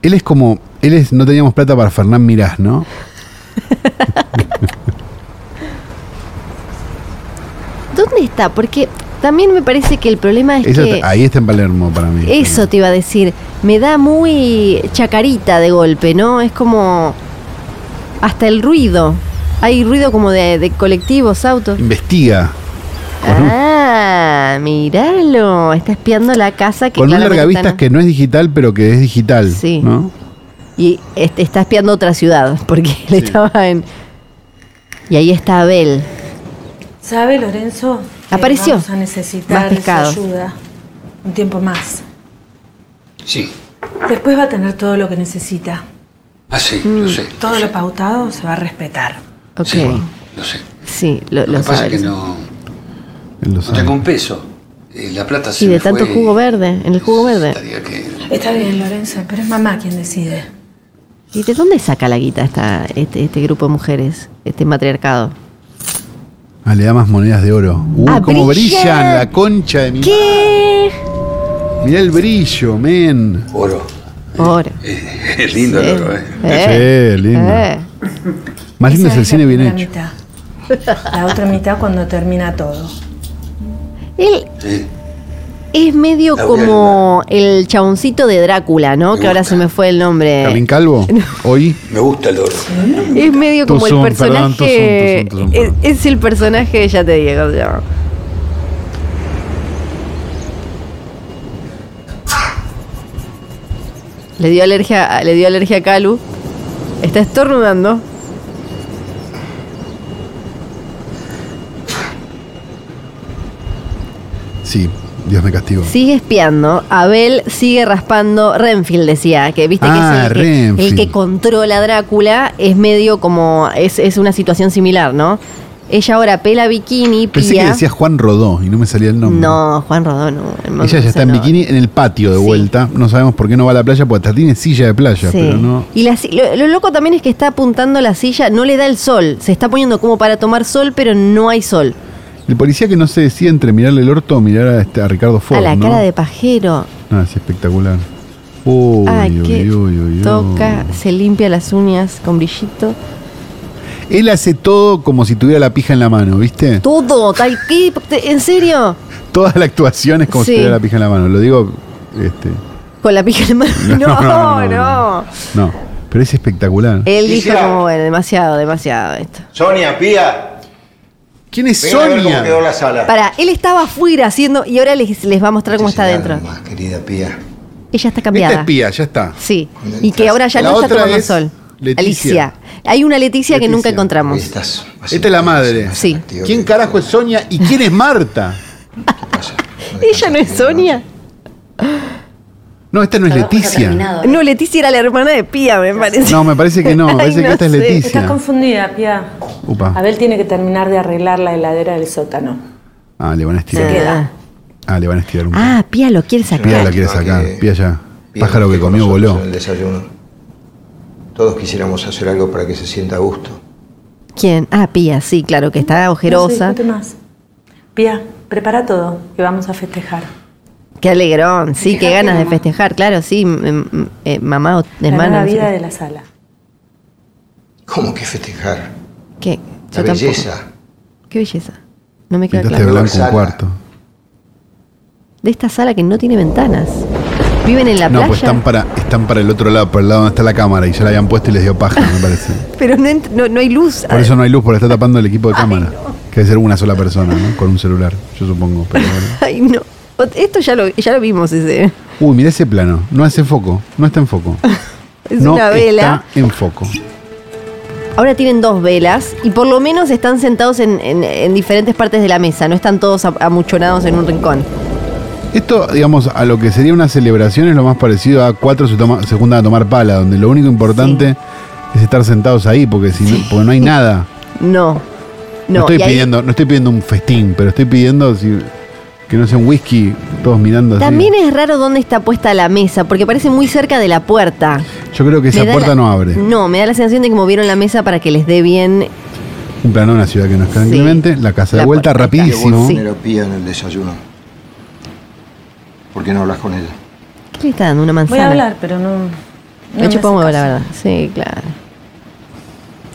B: Él es como, él es, no teníamos plata para Fernán Mirás, ¿no?
C: ¿Dónde está? Porque También me parece que el problema es
B: Esa-
C: que.
B: ahí está en Palermo para mí.
C: Eso te iba a decir. Me da muy chacarita de golpe, ¿no? Es como. Hasta el ruido. Hay ruido como de, de colectivos, autos.
B: Investiga. Con un-
C: Ah, míralo. Está espiando la casa que
B: Con un
C: claramente
B: largavistas
C: está-
B: que no es digital, pero que es digital.
C: Sí.
B: ¿no?
C: Y este, está espiando otra ciudad, porque él estaba en. Y ahí está Abel.
K: ¿Sabe, Lorenzo? Que
C: Apareció.
K: Vamos a
C: Más
K: necesitar su
C: pescados.
K: ayuda un tiempo más.
E: Sí.
K: Después va a tener todo lo que necesita.
E: Ah, sí, lo sé.
K: Todo lo pautado se va a respetar.
C: Mm. Ok.
E: Sí, lo sé.
C: Sí, lo, lo
E: Lo, que pasa
C: sabe,
E: es
C: lo
E: que
C: sabe.
E: no,
B: Él lo
E: no
B: sabe.
E: tengo un peso. Eh, La plata se
C: Y de
E: me
C: tanto
E: fue.
C: jugo verde, en el jugo verde.
K: Está bien, Lorenzo, pero es mamá quien decide.
C: ¿Y de dónde saca la guita esta, este, este grupo de mujeres, este matriarcado?
B: Ah, le da más monedas de oro. Uh,
C: Ah,
B: cómo
C: brillan.
B: brillan la concha de mi
C: ¿Qué?
B: Mirá el brillo, men.
E: Oro.
C: Oro.
E: Eh, Es lindo el oro, ¿eh?
B: Sí, lindo.
C: Eh.
B: Más lindo es el cine bien hecho.
K: mitad. La otra mitad cuando termina todo.
C: Él
E: Sí.
C: es medio
K: La voy a
C: como el chaboncito de Drácula, ¿no? que ahora se me fue el nombre.
B: ¿Carlín Calvo? Hoy.
E: Me gusta el oro.
C: Es medio como
B: Tuzum,
C: el
B: perdón,
C: personaje.
B: Tuzum, Tuzum,
C: es, es el personaje, ya te digo. cómo se llama. Le dio alergia, le dio alergia a Calu. Está estornudando.
B: Sí, Dios me castigó.
C: Sigue espiando. Abel sigue raspando. Renfield decía que viste
B: Ah,
C: que es el que,
B: Renfield.
C: el que controla a Drácula. Es medio como. Es, es una situación similar, ¿no? Ella ahora pela bikini,
B: Pensé
C: pía.
B: que decía Juan Rodó y no me salía el nombre.
C: no, Juan Rodón. no,
B: Ella ya está en
C: no.
B: bikini en el patio de vuelta. No sabemos por qué no va a la playa, porque hasta tiene silla de playa,
C: Sí.
B: pero no.
C: Y la si- lo, lo loco también es que está apuntando la silla, no le da el sol. Se está poniendo como para tomar sol, pero no hay sol.
B: El policía que no se decide entre mirarle el orto o mirar a, este- a Ricardo Ford.
C: a la
B: ¿no?
C: cara de pajero.
B: No, Ah, es espectacular. Uy,
C: Ay,
B: uy,
C: qué
B: uy, uy, uy.
C: Toca, se limpia las uñas con brillito.
B: Él hace todo como si tuviera la pija en la mano, ¿viste?
C: Todo, tal que, en serio.
B: Toda la actuación es como
C: Sí.
B: si tuviera la pija en la mano. Lo digo, este.
C: Con la pija en la mano. No,
B: No,
C: no. Eh,
B: no, no, No, pero es espectacular.
C: Él dijo
D: Quisiera-
C: como, bueno, demasiado, demasiado esto.
D: Sonia, pía.
B: ¿Quién es
D: Vengan a ver
B: Sonia?
D: cómo quedó la sala.
C: Para, él estaba afuera haciendo y ahora les, les va a mostrar cómo está adentro.
D: Querida pía.
C: Ella está
B: Esta Este es
C: cambiada.
B: pía, ya está.
C: Sí, y que ahora ya
B: La
C: no está
B: otra
C: tomando
B: es
C: sol.
B: Leticia.
C: Hay una Leticia, que nunca encontramos.
B: Esta es la madre.
C: Sí.
B: ¿Quién carajo es Sonia y quién es Marta?
C: Ella no es Sonia.
B: No, esta no es
C: Trabajo
B: Leticia.
C: No, Leticia era la hermana de Pía, me parece.
B: No, me parece que no, me
C: Ay,
B: parece que esta es
C: sé.
K: Estás
B: Leticia.
K: confundida, Pia.
B: Upa.
K: Abel tiene que terminar de arreglar la heladera del sótano.
B: Ah, le van a
K: Se
B: estirar.
K: queda.
B: Ah, le van a estirar un poco.
C: Ah, Pía lo quiere
B: Pía
C: sacar.
B: la quiere sacar. Pía ya.
D: Pía,
B: Pájaro que comió voló.
D: El desayuno. Todos quisiéramos hacer algo para que se sienta a gusto.
C: ¿Quién? Ah, Pía, sí, claro, que está ojerosa.
K: No se discute más. Pia, prepara todo, que vamos a festejar.
C: Qué alegrón, sí, qué ganas de festejar, claro, sí, m- m- eh, mamá o
K: la
C: hermana.
K: nueva
C: no sé.
K: vida de la sala.
D: ¿Cómo que festejar?
C: ¿Qué?
D: La
C: Yo tampoco.
D: belleza.
C: Qué belleza. No me queda
B: Pintaste de
C: claro.
B: blanco un
D: Sala.
B: cuarto.
C: De esta sala que no tiene ventanas. Viven en la
B: No,
C: playa,
B: pues están para, están para el otro lado, para el lado donde está la cámara, y ya la habían puesto y les dio paja, me parece.
C: pero no, ent- no- no hay luz.
B: Por eso no hay luz, porque está tapando el equipo de cámara. Que debe ser una sola persona, ¿no? Con un celular, yo supongo. pero bueno.
C: Ay, no. Ot- Esto ya lo, ya lo vimos ese.
B: Uy, mirá ese plano. No hace foco, no está en foco.
C: Es
B: no
C: una vela.
B: Está en foco.
C: Ahora tienen dos velas y por lo menos están sentados en, en- en diferentes partes de la mesa, no están todos am- amuchonados en un rincón.
B: Esto, digamos, a lo que sería una celebración es lo más parecido a cuatro se, toma- se juntan a tomar pala, donde lo único importante es estar sentados ahí, porque, si no, porque no hay nada.
C: No.
B: No,
C: No,
B: estoy
C: y ahí-
B: pidiendo, no estoy pidiendo un festín, pero estoy pidiendo si- que no sea un whisky, todos mirando así.
C: También es raro dónde está puesta la mesa, porque parece muy cerca de la puerta.
B: Yo creo que esa
C: Me da
B: puerta
C: la- Mm.
B: no abre.
C: No, me da la sensación de que movieron la mesa para que les dé bien.
B: Un plano de una ciudad que no es tan inclemente, la casa de
C: La
B: vuelta
C: puerta, ahí está.
B: rapidísimo.
C: Sí.
D: Poner a Pía en el desayuno. ¿Por qué no hablas con ella?
C: ¿Qué le está dando una manzana?
K: Voy a hablar, pero no. no
C: Me chupa un
K: hace
C: huevo, la
K: caso.
C: verdad. Sí, claro.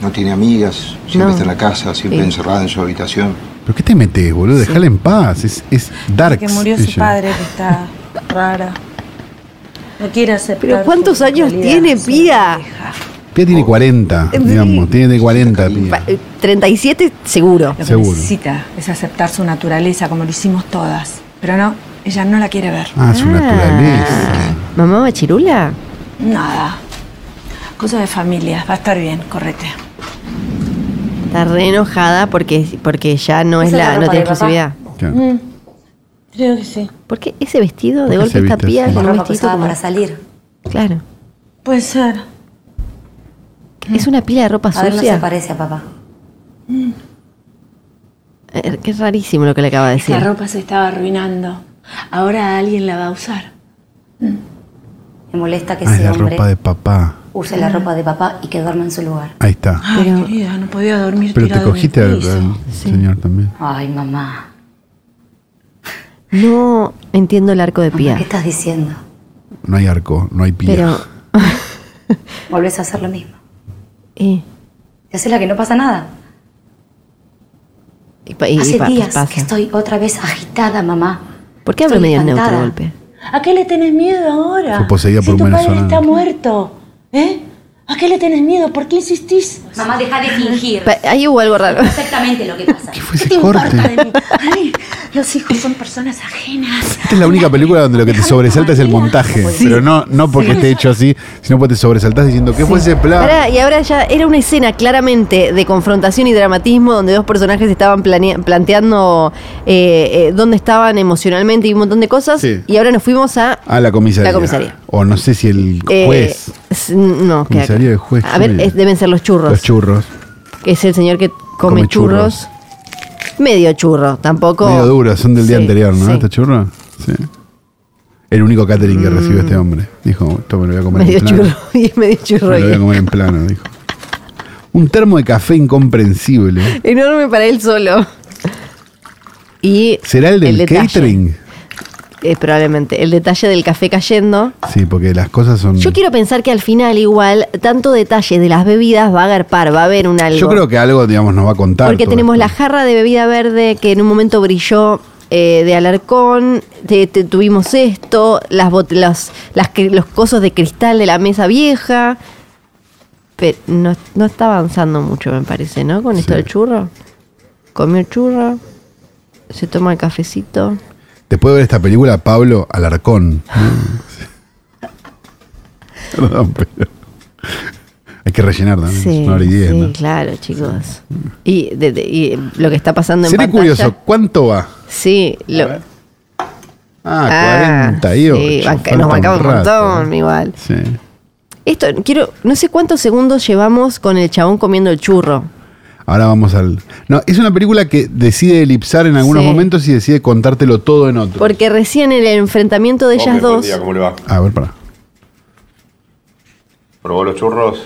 D: No tiene amigas, siempre
C: No.
D: está en la casa, siempre
C: Sí.
D: encerrada en su habitación.
B: ¿Pero qué te metes, boludo?
K: Sí.
B: Dejala en paz. Es, es dark.
K: Que murió su padre, que está rara. No quiere aceptar.
C: Pero ¿cuántos años tiene Pía?
B: Pía tiene 40, digamos. Tiene de 40, Pía.
C: Pa- eh, 37 seguro.
K: Lo que
B: Seguro.
K: necesita es aceptar su naturaleza, como lo hicimos todas. Pero no, ella no la quiere ver.
B: Ah, su naturaleza.
C: Ah. ¿Mamá Bachirula?
K: Nada. Cosa de familia. Va a estar bien, correte.
C: Está re enojada porque, porque ya no es
K: ¿Esa es
C: la,
K: la
C: no
K: ropa
C: tiene
K: de papá?
C: exclusividad.
B: Claro.
K: Creo que sí.
C: ¿Por qué ese vestido
B: ¿Por qué
C: de golpe
B: se
C: esta
B: viste
C: pía
B: así?
C: con un
H: Ropa que
C: vestido
H: usaba
C: como-
H: para salir.
C: Claro.
K: Puede ser.
C: Es una pila de ropa
H: A ver, no se
C: sucia.
H: parece a papá.
C: Eh, Qué rarísimo lo que le acaba de decir.
K: La ropa se estaba arruinando. Ahora alguien la va a usar.
H: Me molesta que
B: Ah, es
H: ese
B: la
H: hombre
B: ropa de papá.
H: use la ropa de papá y que duerma en su lugar.
B: Ahí está.
K: Ay, querida, no podía dormir
B: Pero te
K: tirado en el
B: cogiste ¿eh? al,
K: piso.
B: al señor también.
H: Ay, mamá.
C: No entiendo el arco de
H: mamá, ¿Qué
C: pía.
H: estás diciendo?
B: No hay arco, no hay pía.
C: Pero.
H: Volvés a hacer lo mismo.
C: eh,
H: Te haces la que no pasa nada.
C: y pa- y- y
H: Hace
C: pa-
H: días
C: pasa.
H: que estoy otra vez agitada, mamá.
C: ¿Por qué hablo
H: estoy
C: medio neutro de
H: espantada.
C: golpe?
K: ¿A qué le tenés miedo ahora?
B: Fue poseída por
K: si
B: un
K: tu padre
B: venezolano.
K: está muerto. ¿Eh? ¿A qué le tenés miedo? ¿Por qué insistís?
H: Mamá, deja de fingir.
C: Pa- Ahí hubo algo raro.
H: Exactamente lo que pasa.
B: ¿Qué fue ese corte?
K: de mí? Ay, los hijos son personas ajenas.
B: Esta es la única película donde lo que te sobresalta es el montaje. Pero no, no porque esté hecho así, sino porque te sobresaltás diciendo, ¿qué fue ese plan?
C: Pará, y ahora ya era una escena claramente de confrontación y dramatismo donde dos personajes estaban planea- planteando eh, eh, dónde estaban emocionalmente y un montón de cosas.
B: Sí.
C: Y ahora nos fuimos a.
B: Ah, la comisaría.
C: La comisaría.
B: O no sé si el
C: eh,
B: juez.
C: s- no, queda
B: Comisaría
C: acá.
B: del juez,
C: A ver,
B: Julia.
C: es- deben ser los churros.
B: Los churros.
C: que es el señor que come,
B: Come
C: churros. Medio churro, tampoco.
B: Medio duros, son del día
C: Sí,
B: anterior, ¿no?
C: sí.
B: ¿Este churro? Sí. El único catering que recibió este hombre. Dijo, esto me lo voy a comer
C: Mm. Medio
B: en plano.
C: churro y es medio churro.
B: Me lo voy a
C: y-
B: comer en plano, dijo. Un termo de café incomprensible.
C: Enorme para él solo. Y
B: ¿Será el del
C: detalle,
B: catering?
C: eh, probablemente. El detalle del café cayendo.
B: Sí, porque las cosas son.
C: Yo quiero pensar que al final, igual, tanto detalle de las bebidas va a agarpar, va a haber un algo.
B: Yo creo que algo, digamos, nos va a contar.
C: Porque
B: todo
C: tenemos
B: esto.
C: la jarra de bebida verde que en un momento brilló eh, de Alarcón, te- te- tuvimos esto, las, bot- las, las cri- los cosos de cristal de la mesa vieja. Pero no, no está avanzando mucho, me parece, ¿no? Con esto
B: Sí.
C: del churro. Comió el churro, se toma el cafecito.
B: Después de ver esta película, Pablo Alarcón. ¿no? Sí. Perdón, pero. Hay que rellenar también. Ah, es
C: Sí,
B: una hora y diez,
C: sí,
B: ¿no?
C: claro, chicos. Y, de- de- y lo que está pasando en
B: Seré
C: pantalla.
B: curioso, ¿cuánto va?
C: Sí, lo-
B: Ah,
C: Ah,
B: 48.
C: sí, banca-
B: falta
C: nos bancaba un
B: rato,
C: montón,
B: ¿eh?
C: igual.
B: Sí.
C: Esto, quiero, no sé cuántos segundos llevamos con el chabón comiendo el churro.
B: Ahora vamos al. No, es una película que decide elipsar en algunos
C: Sí.
B: momentos y decide contártelo todo en otro.
C: Porque recién en el enfrentamiento de ellas
L: Hombre, buen
C: dos.
L: día, ¿Cómo le va?
B: A ver, pará.
L: ¿Probó los churros?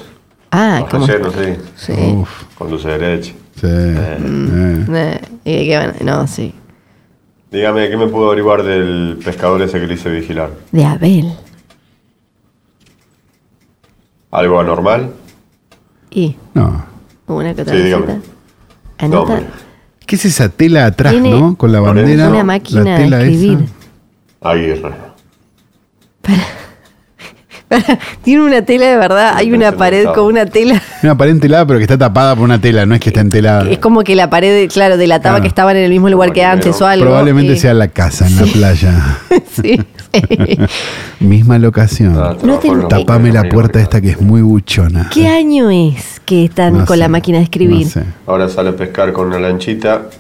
C: Ah,
L: Los
C: como.
L: rellenos, sí.
C: Sí.
B: Uf,
L: Con dulce de leche.
B: sí. eh.
C: Eh, y que van- no, sí.
L: Dígame, ¿qué me pudo averiguar del pescador ese que le hice vigilar?
C: De Abel.
L: ¿Algo anormal?
C: Y
B: No.
C: una que otra
L: Sí,
C: cosita.
L: dígame.
C: Anota.
L: No,
B: ¿Qué es esa tela atrás,
C: Tiene
B: no? Con la bandera.
C: una
B: la
C: máquina de
B: tela esa.
C: escribir.
L: Aguirre.
C: Tiene una tela de verdad. Hay una
L: pensé
C: pared
L: montado.
C: con una tela.
B: Una pared entelada, pero que está tapada por una tela, no es que está entelada.
C: Es como que la pared, claro, delataba
B: Claro.
C: que estaban en el mismo lugar que
L: Bueno,
C: antes o algo. eh,
B: Probablemente
C: y-
B: sea la casa, en la playa.
C: sí, sí.
B: Misma locación.
L: Ah,
C: No te-
L: trabajo en los-
B: Tapame la puerta esta que es muy buchona.
C: ¿Qué año es que están
B: No
C: con
B: sé,
C: la máquina de escribir?
B: no sé.
L: Ahora sale a pescar con una lanchita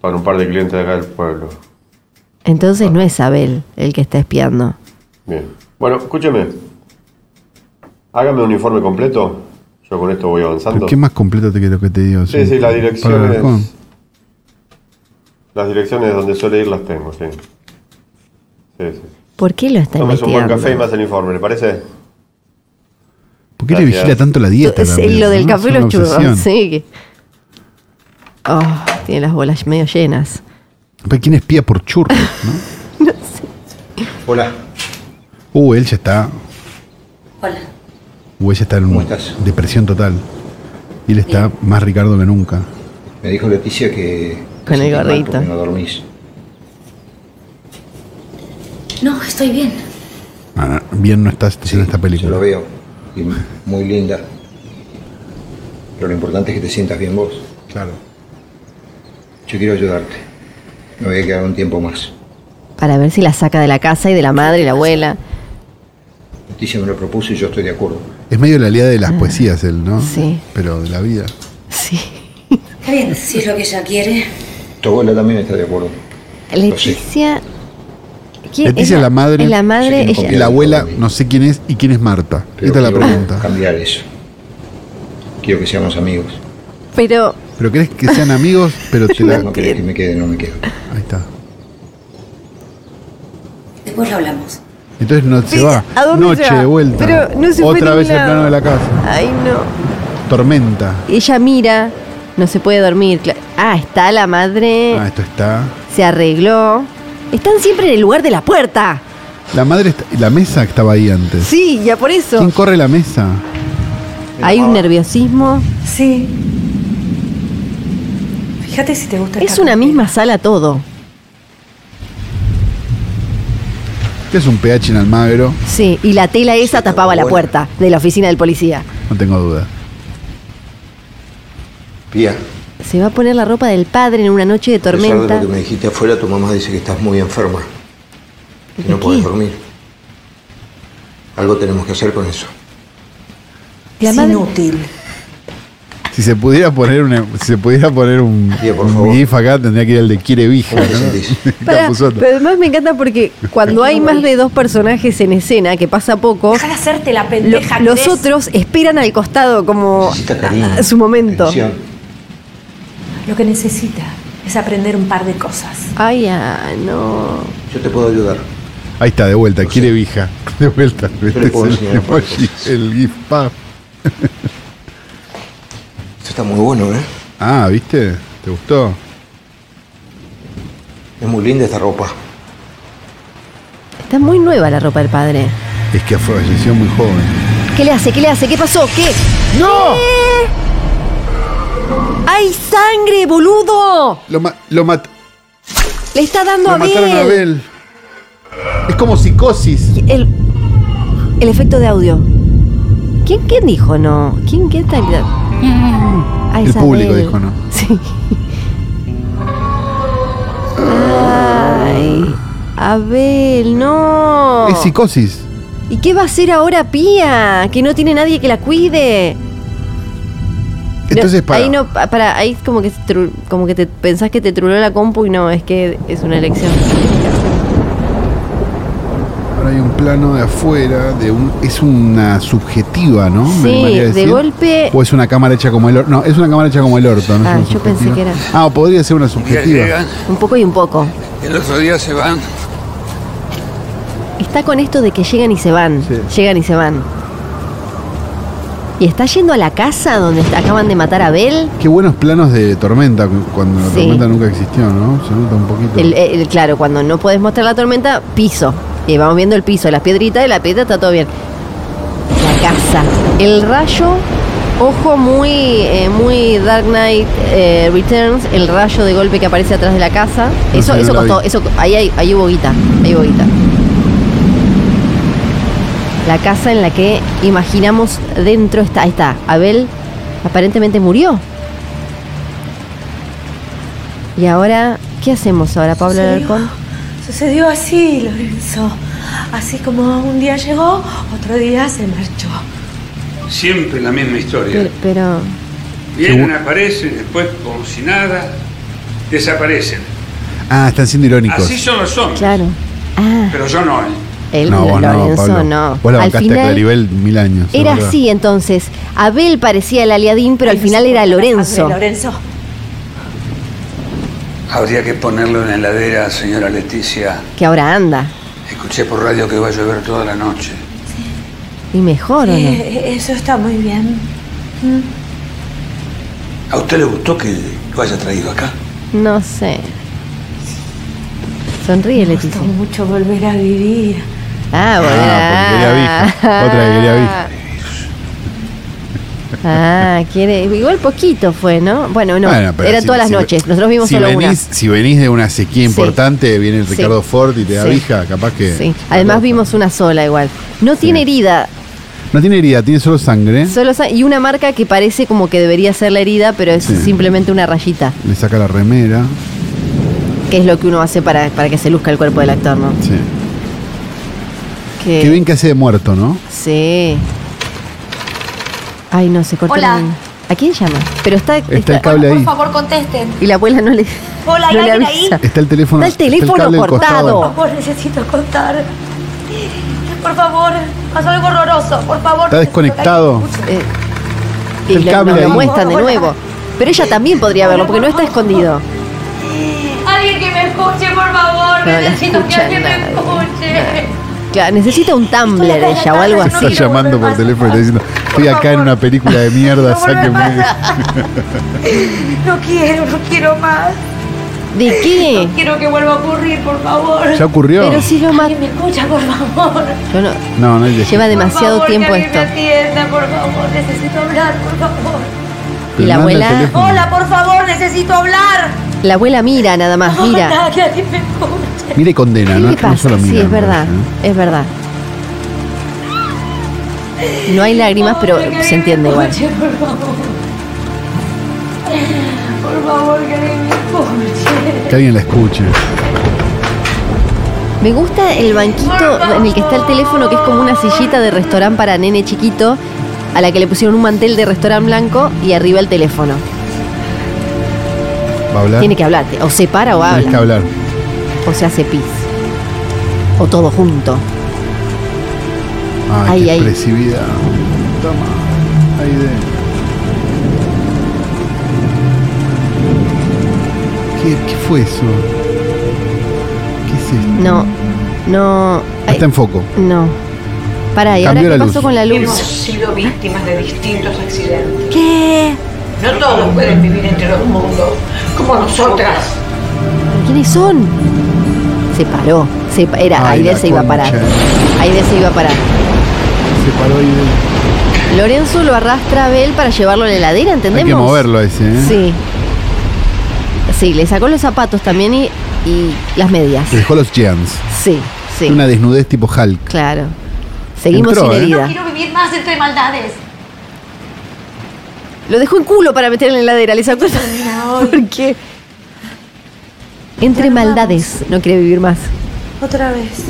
L: para un par de clientes de acá del pueblo.
B: Ah.
C: Entonces no es Abel el que está espiando.
L: Bien. Bueno, escúcheme. Hágame un informe completo. Yo con esto voy avanzando.
B: ¿Pero ¿Qué más completo te que lo que te digo?
L: Sí, sí, las
B: Para Alarcón.
L: direcciones. Las direcciones donde suele ir las tengo, sí. Sí, sí.
C: ¿Por qué lo está
L: Tomes un buen
C: investigando?
L: café y más el informe, ¿le parece?
B: ¿Por qué le
L: Gracias.
B: vigila tanto la dieta?
C: Sí,
B: también,
C: Eh, lo del
B: no?
C: café y
B: Es una
C: los churros,
B: obsesión.
C: sí. Oh, tiene las bolas medio llenas.
B: Pero ¿Quién espía por churros? no?
D: Hola,
B: Uh, él ya está.
H: Hola.
B: Uh, ella está en
D: ¿Cómo
B: una
D: estás?
B: depresión total. Y él está más Ricardo que nunca.
D: me dijo Leticia que
C: Con el
J: Mal
C: gorrito.
J: porque No dormís.
G: No, estoy bien.
B: Ah, bien no estás en esta película.
J: Lo veo. Y muy linda. Pero lo importante es que te sientas bien vos.
B: Claro.
J: Yo quiero ayudarte. Me voy a quedar un tiempo más.
C: Para ver si la saca de la casa y de la madre y la abuela.
J: Leticia me lo propuso y yo estoy de acuerdo.
B: Es medio la liada de
C: Mm.
B: las poesías él, ¿no?
J: Sí.
B: Pero de la vida.
C: Sí.
H: Está bien, si es lo que ella quiere.
J: Tu abuela también está de acuerdo.
L: Pues
C: Leticia. ¿quién
B: Leticia es la madre.
C: Es la madre. ella-
B: La abuela, no sé quién es y quién es Marta.
J: Pero
B: Esta es la
J: quiero
B: pregunta.
J: Cambiar eso. Quiero que seamos amigos.
C: Pero
B: Pero querés que sean amigos, pero te la.
J: No querés que me quede, no me quedo.
B: Ahí está.
H: Después lo hablamos.
B: Entonces no se va.
C: ¿A dónde
B: Noche
C: se va?
B: de vuelta.
C: Pero no se fue
B: Otra
C: a
B: vez el
C: ningún
B: plano de
C: lado.
B: la casa.
C: Ay, no.
B: Tormenta.
C: Ella mira, no se puede dormir. cla- Ah, está la madre.
B: Ah, esto está.
C: Se arregló. Están siempre en el lugar de la puerta.
B: La madre está- La mesa que estaba ahí antes.
C: Sí, ya por eso.
B: ¿Quién corre la mesa?
C: Hay un nerviosismo.
K: Sí. Fíjate si te gusta
C: Es
K: estar
C: una misma sala todo.
B: Este es un pH en Almagro,
C: Sí, y la tela esa tapaba la
B: buena.
C: puerta de la oficina del policía.
B: no tengo duda.
J: Pía,
C: Se va a poner la ropa del padre en una noche de
J: a pesar de lo
C: tormenta.
J: que me dijiste afuera, tu mamá dice que estás muy enferma. Que no puedes dormir. Algo tenemos que hacer con eso.
K: es inútil.
B: Si se pudiera poner una, si se pudiera poner un, un gif acá, tendría que ir al de Quiere Vija, ¿no?
C: Pará,
B: Capusotto.
C: pero además me encanta porque cuando hay más de dos personajes en escena, que pasa poco,
K: Hacerte la
C: lo-
K: pendeja que
C: los
K: ves.
C: otros esperan al costado como a- a Oh, su momento.
K: Lo que necesita es aprender un par de cosas.
C: Ay, ah, no.
J: Yo te puedo ayudar.
B: Ahí está, de vuelta, Quiere Vija. De vuelta. Este
J: le puedo
B: es el,
J: enseñar un par de
B: emoji, el gif pa.
J: Esto está muy bueno, ¿eh?
B: Ah, ¿viste? ¿Te gustó?
J: Es muy linda esta ropa.
C: Está muy nueva la ropa del padre.
B: Es que falleció muy joven.
C: ¿Qué le hace? ¿Qué le hace? ¿Qué pasó? ¿Qué?
B: ¡No!
C: ¡Hay sangre, boludo!
B: Lo, ma- lo mat-
C: Le está dando
B: lo
C: a Abel.
B: mataron a Abel. Es como psicosis.
C: El, el efecto de audio. ¿Quién, quién dijo no? ¿Quién qué tal? Ah,
B: Mm. El
C: es
B: público
C: Abel.
B: dijo no.
C: Sí. Ay, Abel, no.
B: Es psicosis.
C: ¿Y qué va a hacer ahora Pía? Que no tiene nadie que la cuide.
B: Entonces,
C: No,
B: para.
C: Ahí no, pa- para, ahí como que, se tru- como que te pensás que te truló la compu y no, es que es una elección.
B: Ahora hay un plano de afuera, de un, es una subjetiva, ¿no? Me
C: Sí,
B: animaría a
C: de
B: decir.
C: golpe-
B: O es una cámara hecha como el orto. No, es una cámara hecha como el orto. No es
C: Ah,
B: una
C: yo pensé
B: subjetiva.
C: que era.
B: Ah, o podría ser una subjetiva.
J: eh,
E: llegan,
C: Un poco y un poco.
E: el otro día se van.
C: Está con esto de que llegan y se van. Llegan y se van. ¿Y está yendo a la casa donde acaban de matar a Bel?
B: Qué buenos planos de tormenta, cu- cuando la
C: Sí.
B: tormenta nunca existió, ¿no? Se nota un poquito.
C: El- eh, el- claro, cuando no puedes mostrar la tormenta, piso. Y vamos viendo el piso, las piedritas y la piedra está todo bien. La casa. El rayo, ojo muy, eh, muy Dark Knight eh, Returns, el rayo de golpe que aparece atrás de la casa.
B: No
C: Eso,
B: sé, no
C: eso
B: la vi.
C: costó, eso, ahí, hay- ahí hubo guita, ahí hubo guita. La casa en la que imaginamos dentro está, ahí está, Abel aparentemente murió. Y ahora, ¿qué hacemos ahora, Pablo
K: Sucedió.
C: Alarcón?
K: Sucedió así, Lorenzo. Así como un día llegó, otro día se marchó.
E: Siempre la misma historia.
C: Pero, pero-
E: Vienen, aparecen, después como si nada, desaparecen.
B: Ah, están siendo irónicos.
E: Así son los hombres,
C: claro,
E: pero yo no. ¿eh?
C: él,
B: no, vos no,
C: Lorenzo,
B: Pablo.
C: no.
B: Vos la
C: Al
B: bancaste a
C: final
B: Claribel mil años. es
C: era
B: verdad.
C: así entonces. Abel parecía el aliadín, pero al final era Lorenzo.
K: Lorenzo.
E: Habría que ponerlo en la heladera, señora Leticia.
C: Que ahora anda.
E: Escuché por radio que va a llover toda la noche.
C: Y mejor, ¿o no?
K: Eh, eso está muy bien. Mm.
E: ¿A usted le gustó que lo haya traído acá?
C: No sé. Sonríe,
K: Me gustó
C: Leticia.
K: mucho volver a vivir.
C: Ah, bueno.
B: Ah, porque quería vija. Otra que quería vija.
C: Ah, quiere. Igual poquito fue, ¿no? Bueno, no.
B: Bueno, pero
C: era
B: si-
C: todas las
B: si-
C: noches. Nosotros vimos
B: si
C: solo
B: venís,
C: una.
B: Si venís de una sequía importante, viene el
C: Sí.
B: Ricardo Ford y te da
C: Sí.
B: vija, capaz que.
C: Sí. Además vimos una sola igual. No tiene herida,
B: No tiene herida, tiene solo sangre.
C: solo sa- y una marca que parece como que debería ser la herida, pero es
B: Sí.
C: simplemente una rayita,
B: Le saca la remera.
C: que es lo que uno hace para, para que se luzca el cuerpo del actor, ¿no?
B: Sí.
C: Que,
B: Qué bien que hace de muerto, ¿no?
C: Sí. Ay, no, se cortó.
G: Hola.
C: la línea. ¿A quién llama? Pero está,
B: el cable ahí.
G: Por favor, contesten.
C: Y la abuela no le.
G: Hola, ¿hay
C: no le
G: alguien
C: avisa.
B: Está el teléfono.
C: Está el teléfono
B: cable
G: Por
B: encostado.
G: favor, necesito contar. Por favor, pasó algo horroroso. Por favor.
B: Está desconectado.
C: Eh,
B: Está
C: y
B: el
C: lo,
B: cable
C: no lo
B: ahí.
C: muestran de nuevo. Pero ella también podría verlo, porque no está escondido.
G: Alguien que me escuche, por favor.
C: No la
G: necesito que
C: escucha
G: alguien me
C: nadie.
G: escuche.
C: Claro, necesita un Tumblr ella o algo así.
B: Está llamando por teléfono y está diciendo: Estoy acá en una película de mierda,
G: No vuelve a
B: sáquenme.
G: No quiero, no quiero más.
C: ¿De qué?
G: No quiero que vuelva a ocurrir, por favor.
B: ¿Ya ocurrió?
C: Pero si lo
G: Alguien me escucha, por favor.
C: Yo no-
B: No, no hay
C: Lleva
G: Por
C: demasiado
G: favor,
C: tiempo
G: que alguien
C: esto.
G: me atienda, por favor. Necesito hablar, por favor.
C: Y la
B: manda el
C: abuela,
B: teléfono.
G: Hola, por favor, necesito hablar.
C: la abuela mira nada más, mira.
G: Hola, que alguien me escuche.
B: Mira y condena,
C: pues. ¿Qué
B: ¿no? No
C: le
B: ¿Eh?
C: pasa?
B: solo
C: sí,
B: mira,
C: es
B: me
C: verdad,
B: parece, ¿no?
C: es verdad. No hay lágrimas, pero
G: Que alguien
C: se entiende
G: me
C: igual.
G: escuche, Por favor. Por favor, que alguien me escuche.
B: Que alguien la escuche.
C: Me gusta el banquito en el que está el teléfono, que es como una sillita de restaurante para nene chiquito, a la que le pusieron un mantel de restaurante blanco y arriba el teléfono.
B: ¿Va a hablar?
C: Tiene que hablarte. O se para o
B: Tenés que
C: habla.
B: hablar.
C: O se hace pis. O todo junto.
B: Ay,
C: Ay,
B: qué
C: ay.
B: expresividad. Toma. Ahí de. ¿Qué, qué fue eso? ¿Qué es esto?
C: No, no.
B: Ah, Está en foco.
C: No. Pará, ¿y ahora
B: Cambió
C: qué
B: la
C: pasó
B: luz.
C: con la
M: Hemos
C: luz?
M: sido víctimas de distintos accidentes.
C: ¿Qué?
M: No todos pueden vivir entre los mundos, como nosotras.
C: ¿Quiénes son? Se paró. Se, pa- era,
M: Ay,
C: Aide
M: la
C: se iba a parar. Aide se iba a parar.
B: Se paró ahí de.
C: Lorenzo lo arrastra a Bel para llevarlo a la heladera, ¿entendemos?
B: Hay que moverlo a ese, ¿eh?
C: Sí. Sí, le sacó los zapatos también y, y las medias.
B: Le dejó los jeans.
C: Sí, sí.
B: Una desnudez tipo Hulk.
C: Claro. Seguimos
B: Entró,
C: sin
B: ¿eh?
C: herida.
G: Quiero vivir más entre maldades.
C: Lo dejó en culo para meter en la heladera, le sacó. ¿Por qué? Entre maldades, no quiere vivir más.
K: Otra vez.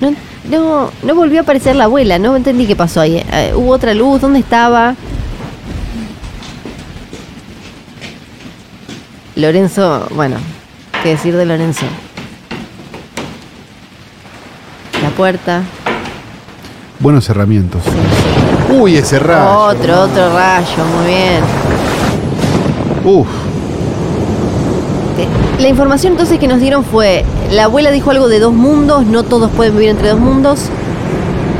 C: No, no, no volvió a aparecer la abuela, no entendí qué pasó ahí. Eh, hubo otra luz, ¿dónde estaba? Lorenzo, bueno, qué decir de Lorenzo. La puerta.
B: Buenos herramientas. Uy, ese rayo.
C: Otro, otro rayo, muy bien.
B: Uf.
C: Eh, La información entonces que nos dieron fue, la abuela dijo algo de dos mundos, no todos pueden vivir entre dos mundos,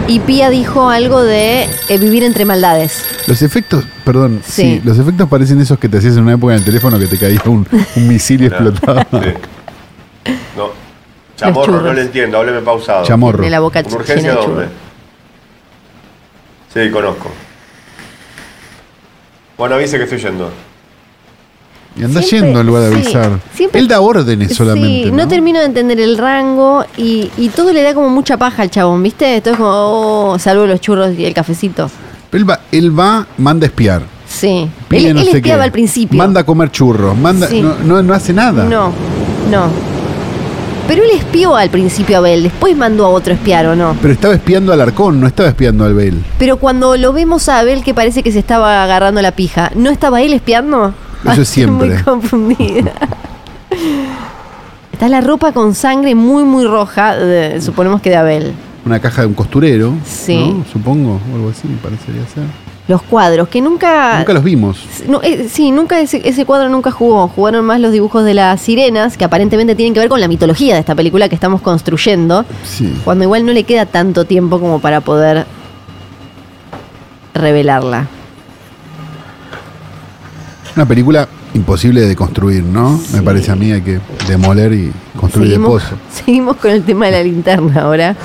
C: y Pía dijo algo de eh, vivir entre maldades.
B: Los efectos, perdón, sí.
C: Sí.
B: los efectos parecen esos que te hacías en una época en el teléfono que te caía un, un misil y explotaba.
L: No. Chamorro, no
C: churros.
L: le entiendo, hábleme pausado.
B: Chamorro. Tiene
C: la boca
L: ¿Una urgencia
C: llena de
L: dónde? Sí, conozco. Bueno, avise que estoy yendo.
B: Y andás
C: Siempre-
B: yendo en lugar de
C: sí,
B: avisar.
C: siempre-
B: Él da órdenes solamente.
C: Eh, Sí, no, termino de entender el rango y, y todo le da como mucha paja al chabón, ¿viste? Todo es como, oh, salvo los churros y el cafecito.
B: Pero él va, él va, manda a espiar.
C: Sí.
B: Pide
C: él
B: no
C: él
B: sé
C: espiaba
B: qué.
C: al principio.
B: Manda a comer churros, manda,
C: Sí.
B: no, no- no hace nada.
C: No, no. Pero él espió al principio a Bel, después mandó a otro a espiar o no.
B: Pero estaba espiando al arcón, no estaba espiando al Bel.
C: Pero cuando lo vemos a Abel que parece que se estaba agarrando la pija, ¿no estaba él espiando?
B: Eso es
C: Estoy
B: siempre.
C: Muy confundida. Está la ropa con sangre muy, muy roja, de- suponemos que de Abel.
B: Una caja de un costurero.
C: Sí.
B: ¿no? Supongo, o algo así, parecería ser.
C: Los cuadros, que nunca...
B: Nunca los vimos.
C: No, eh, sí, nunca ese, ese cuadro nunca jugó. Jugaron más los dibujos de las sirenas, que aparentemente tienen que ver con la mitología de esta película que estamos construyendo.
B: Sí.
C: Cuando igual no le queda tanto tiempo como para poder revelarla.
B: Una película imposible de construir, ¿no? Me parece a mí hay que demoler y construir de
C: Seguimos,
B: pozo.
C: seguimos con el tema de la linterna ahora.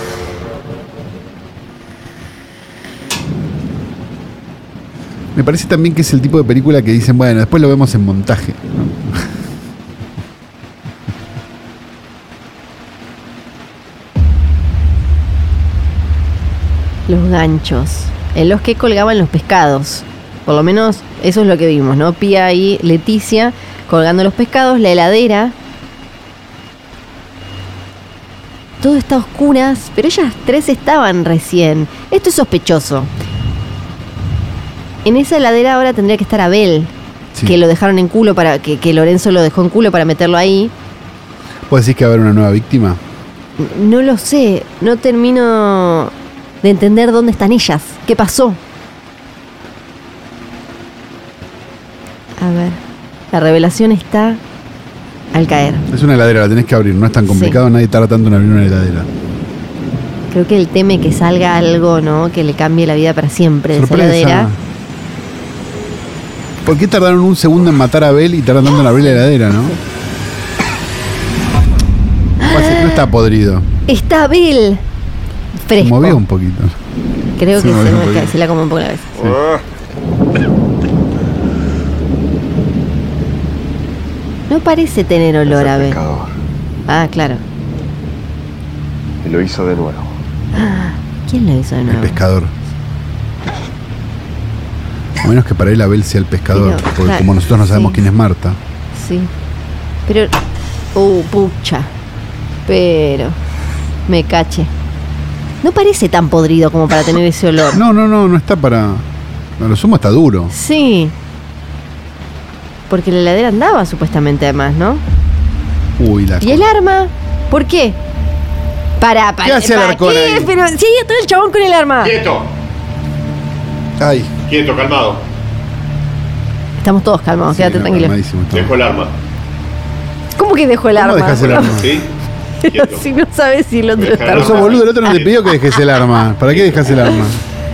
B: Me parece también que es el tipo de película que dicen, bueno, después lo vemos en montaje. ¿no?
C: Los ganchos, en los que colgaban los pescados. Por lo menos eso es lo que vimos, ¿no? Pía y Leticia colgando los pescados, la heladera. Todo está a oscuras, pero ellas tres estaban recién. Esto es sospechoso. En esa heladera ahora tendría que estar Abel,
B: Sí.
C: que lo dejaron en culo para. Que, que Lorenzo lo dejó en culo para meterlo ahí.
B: ¿Puedes decir que va a haber una nueva víctima?
C: No lo sé, no termino de entender dónde están ellas, qué pasó. A ver, la revelación está al caer.
B: Es una heladera, la tenés que abrir, no es tan complicado, nadie tarda tanto en abrir una heladera.
C: Creo que él teme que salga algo, ¿no? Que le cambie la vida para siempre de esa
B: Sorpresa.
C: heladera.
B: ¿Por qué tardaron un segundo en matar a Abel y tardan tanto en abrir la heladera, no? Pase, No está podrido.
C: Está Bill.
B: Se
C: Fresco.
B: movió un poquito.
C: Creo
B: Se
C: que
B: movió
C: se,
B: un
C: me-
B: poquito.
C: se la como un poco la cabeza.
L: Ah.
C: No parece tener olor a Abel. Ah, claro.
L: Y lo hizo de nuevo.
C: ¿Quién lo hizo de
B: El
C: nuevo?
B: pescador. A menos que para él Abel sea el pescador,
C: Sí, no,
B: porque
C: claro,
B: como nosotros no sabemos
C: sí.
B: quién es Marta.
C: Sí. Pero. Uh, pucha. Pero. Me cache. No parece tan podrido como para tener ese olor.
B: No, no, no, no está para. A lo sumo está duro.
C: Sí. Porque la heladera andaba supuestamente además, ¿no?
B: Uy, la.
C: ¿Y el arma? ¿Por qué? Para, para.
B: ¿Qué hace el
C: para
B: arcón
C: qué?
B: ahí?
C: Pero sí, todo el chabón con el arma.
L: ¡Quieto!
B: ¡Ay!
L: ¡Quieto, calmado!
C: Estamos todos calmados, quédate tranquilo.
L: Dejó el arma.
C: ¿Cómo que dejó el arma?
B: dejás el arma?
L: ¿Sí?
C: si no sabes si el otro está
B: Pero sos boludo, el otro no te pidió que dejes el arma. ¿Para qué dejas el arma?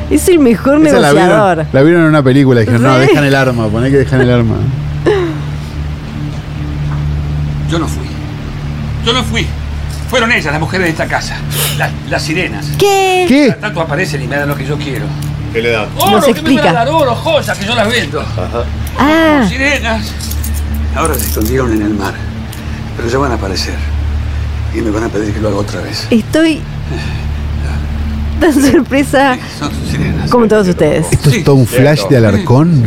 C: Es el mejor
B: Esa la
C: negociador.
B: vieron, la vieron en una película y dijeron, no,
C: Sí.
B: dejan el arma, poné que dejan el arma.
E: Yo no fui. Yo no fui. Fueron ellas, las mujeres de esta casa. Las, las sirenas.
C: ¿Qué?
E: Cada tanto aparecen y me dan lo que yo quiero.
L: ¿Qué le da?
E: Oro,
C: Nos
E: que me
C: explica.
E: van a dar oro, joyas que yo las vendo.
C: Ah,
E: Sirenas. Ahora se escondieron en el mar. Pero ya van a aparecer. Y me van a pedir que lo haga otra vez.
C: estoy tan sorpresa
E: Son sirenas.
C: como todos ustedes.
B: ¿Esto es todo un flash
E: cierto.
B: de Alarcón?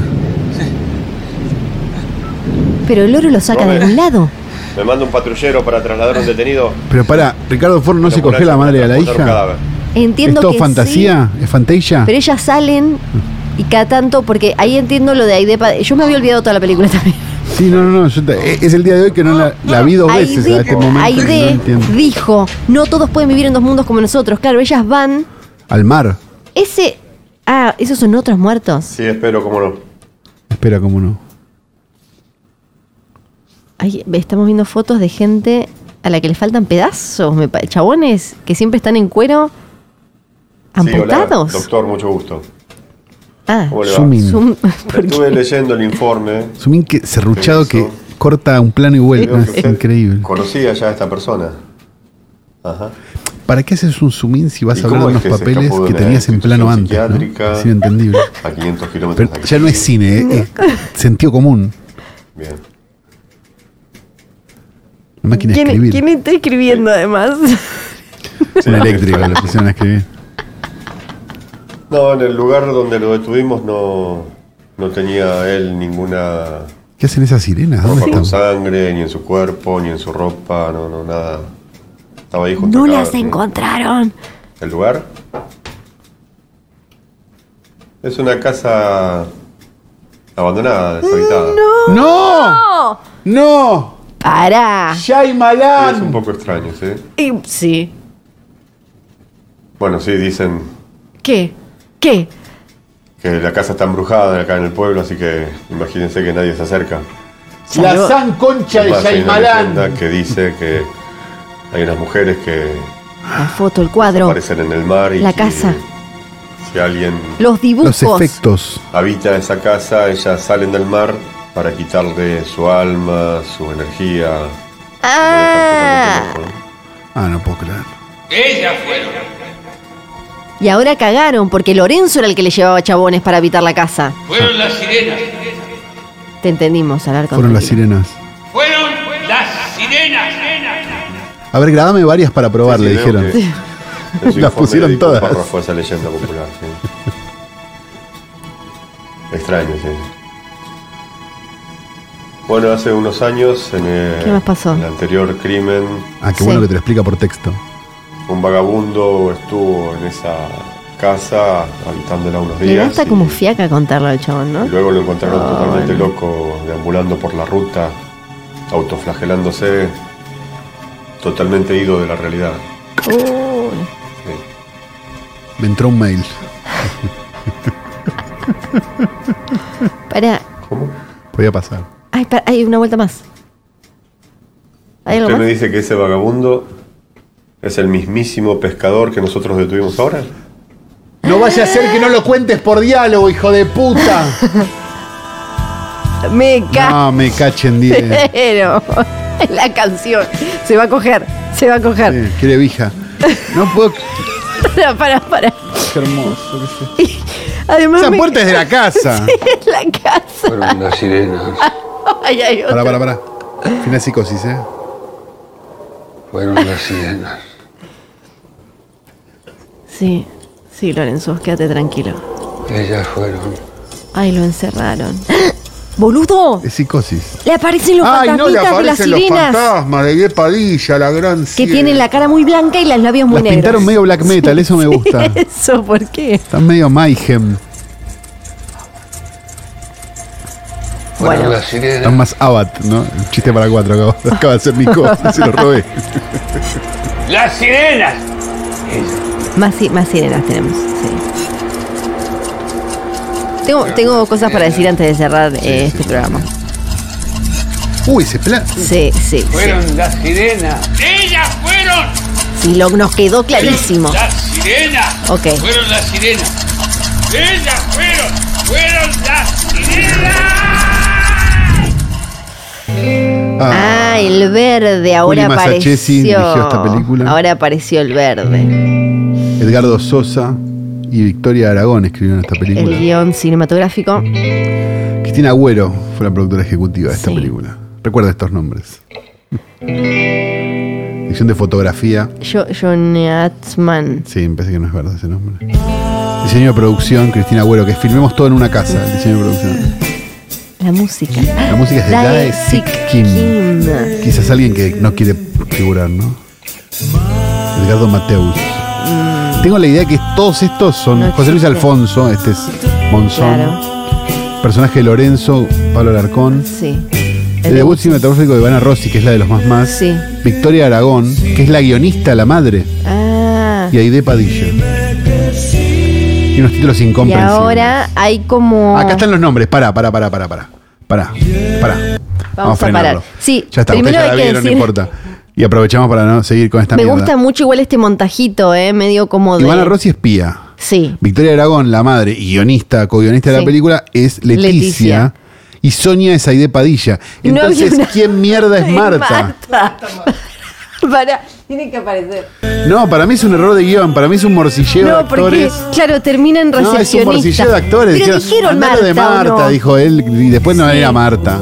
C: Pero el oro lo saca de algún lado.
L: Me manda un patrullero para trasladar a un detenido.
B: Pero pará, Ricardo Ford no se cogió la madre de la
L: Transportar un
B: hija.
L: cadáver.
C: Entiendo
B: ¿Es todo
C: que
B: fantasía? ¿Es
C: sí,
B: fantasia?
C: pero ellas salen y cada tanto, porque ahí entiendo lo de Aidepa. Yo me había olvidado toda la película también.
B: Sí, no, no, no. yo te- eh, es el día de hoy que no la, la vi dos veces a
C: Aide,
B: este momento. y
C: Aide
B: no entiendo.
C: dijo, no todos pueden vivir en dos mundos como nosotros. Claro, ellas van.
B: Al mar.
C: Ese... Ah, esos son otros muertos.
L: Sí, espero, cómo no.
B: Espera, cómo no.
C: Ay, ve, estamos viendo fotos de gente a la que le faltan pedazos, me pa- chabones, que siempre están en cuero
L: Sí, hola,
C: amputados.
L: doctor, mucho gusto.
C: ah,
L: ¿Cómo le va?
B: Zooming.
C: Zoom-
L: Estuve leyendo el informe.
B: Sumín que serruchado que corta un plano y vuelve.
L: Creo que
B: Es
L: usted
B: increíble.
L: Conocía ya a esta persona. Ajá.
B: ¿Para qué haces un zoomín si vas
L: ¿Y
B: a hablar de
L: cómo
B: unos
L: es que se
B: papeles
L: escapó de
B: que
L: una
B: tenías en plano antes?
L: institución
B: ¿no?
L: psiquiátrica?
B: Es inentendible.
L: A 500 kilómetros
B: Pero
L: de aquí.
B: ya no es cine, eh, es sentido común.
L: Bien.
B: Una máquina de
C: ¿Quién,
B: escribir.
C: quién está escribiendo además?
B: Un eléctrico le pusieron a escribir.
L: No, en el lugar donde lo detuvimos no, no tenía él ninguna
B: ¿Qué hacen esas sirenas? ¿Dónde
L: ropa con
B: están?
L: sangre, ni en su cuerpo, ni en su ropa, no, no, nada. Estaba ahí junto
C: no
L: al
C: las
L: cadáver, ¿no?
C: encontraron.
L: ¿El lugar? Es una casa abandonada, deshabitada.
B: ¡No!
C: ¡No!
B: ¡No!
C: ¡Para!
L: Es un poco extraño, ¿sí?
C: Y- sí.
L: Bueno, sí, dicen
C: ¿Qué? ¿Qué?
L: que la casa está embrujada acá en el pueblo, así que imagínense que nadie se acerca.
B: La San Concha
L: Es más, hay una leyenda que dice que hay unas mujeres que
C: La foto, el cuadro,
L: aparecen en el mar y
C: la
L: que
C: casa,
L: si alguien
C: los dibujos.
B: efectos.
L: habita esa casa, ellas salen del mar para quitarle su alma, su energía.
C: Ah,
L: Ah.
B: Ah, no puedo creer.
E: Ellas fueron.
C: Y ahora cagaron porque Lorenzo era el que le llevaba chabones para evitar la casa.
N: Fueron las sirenas.
C: Te entendimos, Alarcón.
B: Fueron las sirenas.
N: Fueron las sirenas.
B: A ver, grabame varias para probar,
L: Sí,
B: le
L: sí, veo
B: dijeron.
L: que- En su
B: Las
L: informe
B: pusieron
L: dedica un
B: todas.
L: párrafo a esa leyenda popular, sí. Extraño, sí. Bueno, hace unos años, en el,
C: ¿Qué más pasó?
L: el anterior crimen,
B: Ah, qué bueno que te lo explica por texto.
L: un vagabundo estuvo en esa casa habitándola unos
C: Le da
L: días.
C: hasta como fiaca contarlo al chabón, ¿no?
L: Y luego lo encontraron
C: Ah,
L: totalmente
C: bueno.
L: loco, deambulando por la ruta, autoflagelándose, totalmente ido de la realidad.
C: Uy.
B: Me entró un mail.
C: Pará.
B: Podía pasar.
C: Ay, pará, hay una vuelta más. ¿Hay algo
L: ¿Usted me
C: más?
L: dice que ese vagabundo es el mismísimo pescador que nosotros detuvimos ahora?
B: No vaya a ser que no lo cuentes por diálogo, hijo de puta.
C: Me
B: No, me cachen eh. 10.
C: Pero la canción se va a coger, se va a coger.
B: Quiere vija. No puedo.
C: Para, para, para.
B: Qué hermoso. qué sé yo.
C: Además
B: Esa
C: me-
B: puerta es de la casa.
C: Sí, es la casa.
E: Fueron las sirenas.
C: Ay, hay otra.
B: Pará, pará, pará. Final psicosis, ¿eh?
E: Fueron las sirenas.
C: Sí, sí, Lorenzo, quédate tranquilo.
E: Ellas fueron.
C: Ay, lo encerraron. ¡Boludo!
B: Es psicosis.
C: Le aparecen los
B: Ay, no le
C: fantasmitas de las
B: aparecen los
C: sirenas.
B: fantasmas de Gué Padilla, la gran
C: que
B: sirena.
C: tienen la cara muy blanca y las labios muy
B: Las
C: negros.
B: pintaron medio black metal, eso me gusta.
C: Eso, ¿por qué?
B: Están medio Mayhem.
E: Fueron las sirenas.
B: Están más Abat, ¿no? El chiste para cuatro acabo, acaba de hacer Nico, se lo robé.
N: Las sirenas.
C: Más, si- más sirenas tenemos. sí. Tengo, tengo cosas para decir antes de cerrar eh, este programa.
B: Uy, se plan.
C: Sí, sí, sí.
E: Fueron las sirenas.
N: Ellas fueron
C: Sí, lo- nos quedó clarísimo.
N: las sirenas.
C: Ok.
N: Fueron las sirenas. Ellas fueron. Fueron las sirenas.
C: Ah, el verde ahora
B: Juli Massachesi
C: apareció.
B: dirigió esta película.
C: Ahora apareció el verde.
B: Edgardo Sosa y Victoria Aragón escribieron esta
C: El
B: película.
C: guión cinematográfico.
B: Cristina Agüero fue la productora ejecutiva de esta película. Recuerda estos nombres. Dirección de fotografía.
C: Jo- John Atzman.
B: Sí, me parece que no es verdad ese nombre. Diseño de producción, Cristina Agüero, que filmemos todo en una casa. el diseño de producción.
C: La música.
B: La música es de Dae Sik Kim.
C: Kim.
B: Quizás alguien que no quiere figurar, ¿no? Edgardo Mateus. Tengo la idea que todos estos son
C: No
B: José Luis
C: existe.
B: Alfonso, este es Monzón.
C: Claro,
B: Personaje de Lorenzo, Pablo Alarcón.
C: sí.
B: El debut cinematográfico de Ivana Rossi, que es la de los más más.
C: Sí.
B: Victoria Aragón, que es la guionista, la madre.
C: Ah.
B: Y Aide Padilla. Y unos títulos
C: Y
B: incomprensibles.
C: ahora hay como.
B: Acá están los nombres. Pará, pará, pará, pará, pará. Pará, pará.
C: Vamos a parar.
B: frenarlo.
C: Sí,
B: Ya está,
C: primero
B: ustedes ya
C: hay
B: la
C: que
B: vieron,
C: decir-
B: no importa. Y aprovechamos para no seguir con esta
C: Me
B: mierda.
C: gusta mucho igual este montajito, ¿eh? Medio como de.
B: Ivana Rossi es pía.
C: Sí.
B: Victoria Aragón, la madre, y guionista, co-guionista de
C: Sí.
B: la película, es Leticia.
C: Leticia.
B: Y Sonia es Aide Padilla.
C: Y no había
B: Entonces,
C: una-
B: ¿quién mierda es
C: Ay,
B: Marta?
C: Marta. Pará, tiene que aparecer.
B: No, para mí es un error de guión, para mí es un morcilleo de
C: No, porque,
B: actores.
C: claro, termina en
B: No, es un
C: recepcionista.
B: morcilleo de actores.
C: Pero
B: dijeron,
C: dijeron
B: "Andalo
C: Marta.
B: de
C: ¿o no?
B: Marta, dijo él, y después no era Marta.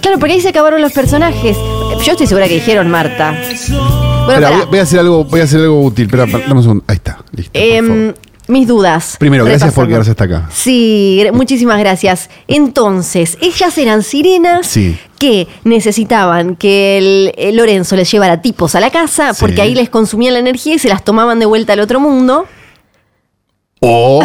C: Claro, porque ahí se acabaron los personajes. Yo estoy segura que dijeron Marta. Bueno,
B: Espera,
C: pará.
B: voy, voy a hacer algo, voy a hacer algo útil. Espera, pará, dame un segundo. Ahí está, listo.
C: Em, mis dudas.
B: Primero, gracias por
C: Repasando.
B: quedarse hasta acá.
C: Sí, gra- muchísimas gracias. Entonces, ellas eran sirenas
B: Sí.
C: que necesitaban que el, el Lorenzo les llevara tipos a la casa
B: Sí.
C: porque ahí les consumían la energía y se las tomaban de vuelta al otro mundo.
B: O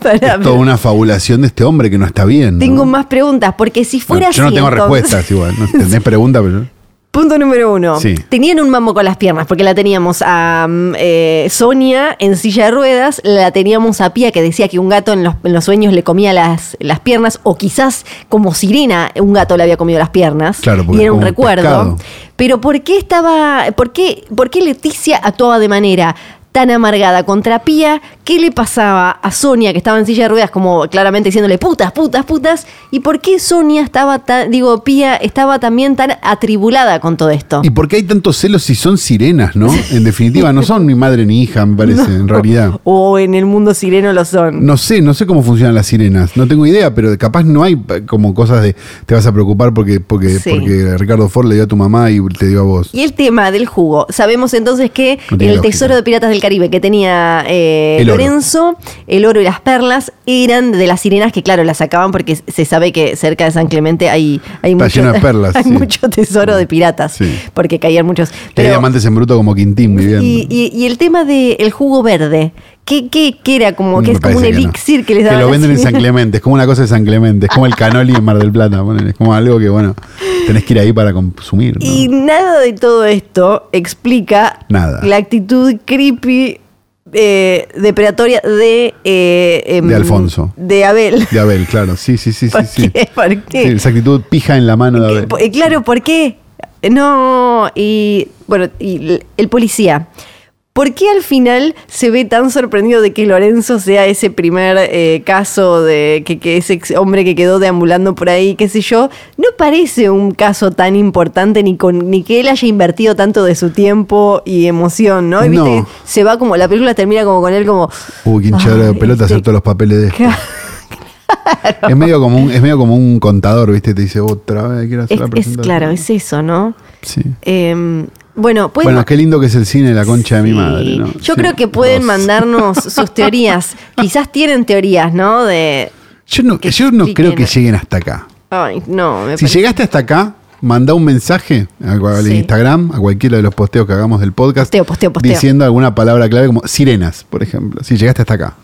C: Pará,
B: es toda una fabulación de este hombre que no está bien. ¿no?
C: Tengo más preguntas porque si fuera
B: Bueno, yo no
C: así,
B: tengo
C: entonces-
B: respuestas igual. No tenés pregunta, pero.
C: Punto número uno.
B: Sí.
C: Tenían un mambo con las piernas, porque la teníamos a mm, eh, Sonia en silla de ruedas, la teníamos a Pía que decía que un gato en los, en los sueños le comía las, las piernas, o quizás como sirena un gato le había comido las piernas.
B: Claro, porque
C: y era un
B: como un
C: recuerdo.
B: pescado.
C: Pero ¿por qué estaba, por qué, por qué Leticia actuaba de manera tan amargada contra Pía, ¿qué le pasaba a Sonia que estaba en silla de ruedas como claramente diciéndole putas, putas, putas? ¿Y por qué Sonia estaba tan, digo, Pía estaba también tan atribulada con todo esto?
B: ¿Y por qué hay tantos celos si son sirenas, no? En definitiva, no son ni madre ni hija, me parece, en realidad.
C: O oh, en el mundo sireno lo son.
B: No sé, no sé cómo funcionan las sirenas, no tengo idea, pero capaz no hay pa- como cosas de te vas a preocupar porque, porque,
C: Sí.
B: porque Ricardo Ford le dio a tu mamá y te dio a vos.
C: Y el tema del jugo. Sabemos entonces que
B: No tiene
C: el
B: lógica.
C: tesoro de piratas del Caribe que tenía eh,
B: El oro.
C: Lorenzo, el oro y las perlas, eran de las sirenas que, claro, las sacaban porque se sabe que cerca de San Clemente hay, hay,
B: Está
C: mucho,
B: lleno de perlas,
C: hay
B: sí.
C: mucho tesoro de piratas,
B: Sí.
C: porque caían muchos.
B: Que hay
C: Pero-
B: diamantes en bruto como Quintín viviendo.
C: y, y- y el tema del jugo verde, ¿qué, qué, qué era? Como, que
B: Mm, Me
C: es como un
B: parece que no.
C: elixir que les
B: Que
C: daban.
B: lo
C: las
B: venden en San
C: sirenas.
B: Clemente, es como una cosa de San Clemente, es como el canoli en Mar del Plata, ponele, es como algo que, bueno, tenés que ir ahí para consumir. ¿no?
C: Y nada de todo esto explica
B: Nada.
C: la actitud creepy eh, depredatoria de eh, em,
B: De Alfonso.
C: de Abel
B: De Abel, claro, sí, sí, sí, sí. sí.
C: ¿Por
B: Sí,
C: qué?
B: esa actitud pija en la mano de Abel.
C: Po- eh, claro ¿por qué? no y bueno y l- el policía ¿Por qué al final se ve tan sorprendido de que Lorenzo sea ese primer eh, caso de que, que ese ex- hombre que quedó deambulando por ahí, qué sé yo? No parece un caso tan importante ni, con, ni que él haya invertido tanto de su tiempo y emoción, ¿no? Y viste
B: No.
C: que se va como, la película termina como con él como,
B: Uy, qué hinchadora de
C: Ay,
B: pelota hacer todos los papeles de esto. Es medio como un, es medio como un contador, ¿viste? Te dice otra vez quiero hacer
C: es,
B: la
C: es
B: presentación.
C: claro, es eso, ¿no?
B: Sí.
C: Em, bueno, pueden
B: Bueno, qué lindo que es el cine, la concha de mi madre, ¿no?
C: Yo
B: Sí.
C: creo que pueden mandarnos sus teorías. Quizás tienen teorías, ¿no? De.
B: Yo no, yo no creo que lleguen hasta acá.
C: Ay, no, me
B: Si
C: parece-
B: llegaste hasta acá, manda un mensaje a- al
C: Sí.
B: Instagram, a cualquiera de los posteos que hagamos del podcast,
C: Posteo, posteo, posteo.
B: diciendo alguna palabra clave como sirenas, por ejemplo. Si llegaste hasta acá,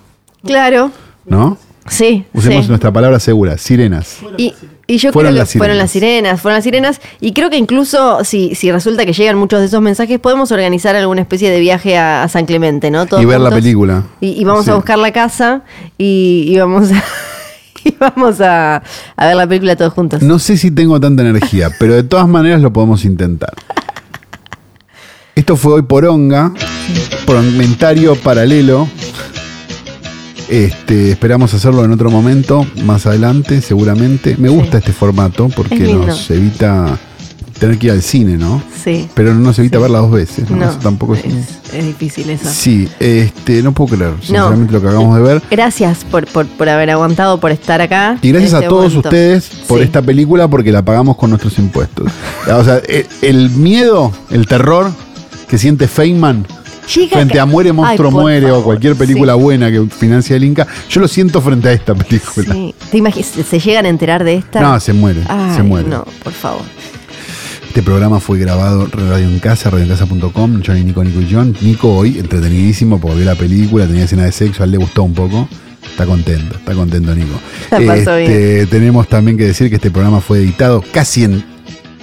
C: Claro,
B: ¿no?
C: sí.
B: Usemos
C: sí.
B: nuestra palabra segura, sirenas.
C: Y, y yo
B: Fueron
C: creo que
B: las
C: fueron
B: sirenas.
C: las sirenas, fueron las sirenas. Y creo que incluso si, si resulta que llegan muchos de esos mensajes, podemos organizar alguna especie de viaje a, a San Clemente, ¿no? Todos
B: Y ver la
C: juntos.
B: película.
C: Y, y vamos
B: Sí.
C: a buscar la casa y, y vamos a, y vamos a, a ver la película todos juntos.
B: No sé si tengo tanta energía, pero de todas maneras lo podemos intentar. Esto fue hoy por Onga, comentario paralelo. Este, esperamos hacerlo en otro momento, más adelante, seguramente. Me gusta este formato
C: Es
B: porque
C: lindo.
B: nos evita tener que ir al cine, ¿no?
C: Sí.
B: Pero no nos evita verla dos veces, ¿no?
C: No,
B: Eso tampoco es.
C: Es difícil eso.
B: Sí, este, no puedo creer, sinceramente, lo que acabamos de ver.
C: Gracias por, por, por haber aguantado, por estar acá.
B: Y gracias
C: en
B: a
C: este
B: todos
C: momento.
B: ustedes por
C: Sí.
B: esta película porque la pagamos con nuestros impuestos. O sea, e- el miedo, el terror que siente Feynman
C: Llega
B: frente
C: acá-
B: a Muere, Monstruo
C: Ay, por
B: Muere o
C: favor,
B: cualquier película buena que financia el Inca, yo lo siento frente a esta película.
C: sí. ¿Te imaginas? ¿Se se llegan a enterar de esta?
B: No, se muere,
C: Ay,
B: se muere.
C: No, por favor.
B: Este programa fue grabado en Radio en Casa, radioencasa.com, Johnny, Nico, Nico y John. Nico hoy, entretenidísimo, porque vio la película, tenía escena de sexo, a él le gustó un poco. Está contento, está contento Nico. Este,
C: La pasó
B: Tenemos también que decir que este programa fue editado casi en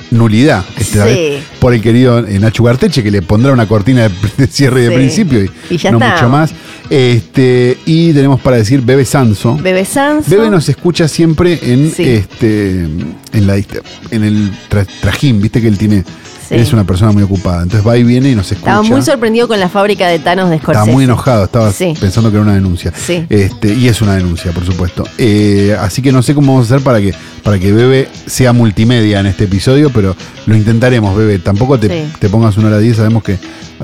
B: nulidad esta
C: Sí.
B: vez, por el querido eh, Nacho Garteche, que le pondrá una cortina de, de cierre y de
C: Sí.
B: principio y,
C: Y ya
B: no
C: está.
B: mucho más. Este, y tenemos para decir Bebe Sanso.
C: Bebe Sanso.
B: Bebe nos escucha siempre en
C: Sí.
B: este en la dist- en el tra- trajín, viste que él tiene
C: Sí.
B: él es una persona muy ocupada, entonces va y viene y nos escucha.
C: Estaba muy sorprendido con la fábrica de Thanos de Scorsese.
B: Estaba muy enojado, estaba
C: Sí.
B: pensando que era una denuncia.
C: Sí.
B: Este, y es una denuncia, por supuesto. Eh, así que no sé cómo vamos a hacer para que, para que Bebe sea multimedia en este episodio, pero lo intentaremos, Bebe. Tampoco te,
C: Sí.
B: te pongas una hora diez, sabemos que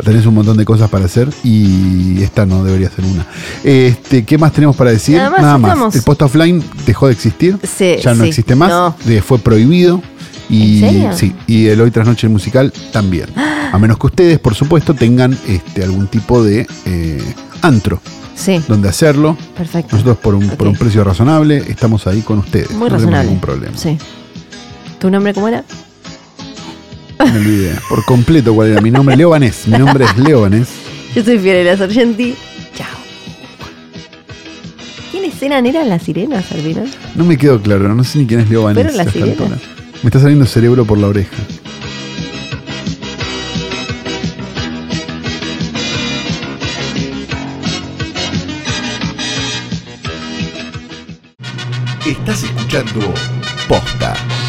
B: tenés un montón de cosas para hacer y esta no debería ser una. Este, ¿Qué más tenemos para decir?
C: Nada más, estamos.
B: El post offline dejó de existir,
C: Sí,
B: eh, ya no
C: Eh, sí,
B: existe más,
C: no.
B: eh, fue prohibido. Y,
C: ¿En serio?
B: Sí, y el hoy tras noche el musical también. A menos que ustedes, por supuesto, tengan este, algún tipo de eh, antro
C: Sí,
B: donde hacerlo.
C: perfecto.
B: Nosotros por un, por
C: Ok.
B: un precio razonable estamos ahí con ustedes. no
C: Muy razonable.
B: tenemos ningún problema.
C: Sí. ¿Tu nombre cómo era?
B: Me olvidé por completo cuál era mi nombre. Leo Vanés. Mi nombre es Leo Vanés.
C: Yo soy Fiorella Sargenti. Chao. ¿Quiénes eran? ¿Eran las sirenas al final?
B: No me quedó claro, no sé ni quién es Leo Vanés.
C: Fueron las
B: a esta
C: sirenas.
B: altura. Me está saliendo cerebro por la oreja.
A: Estás escuchando Posta.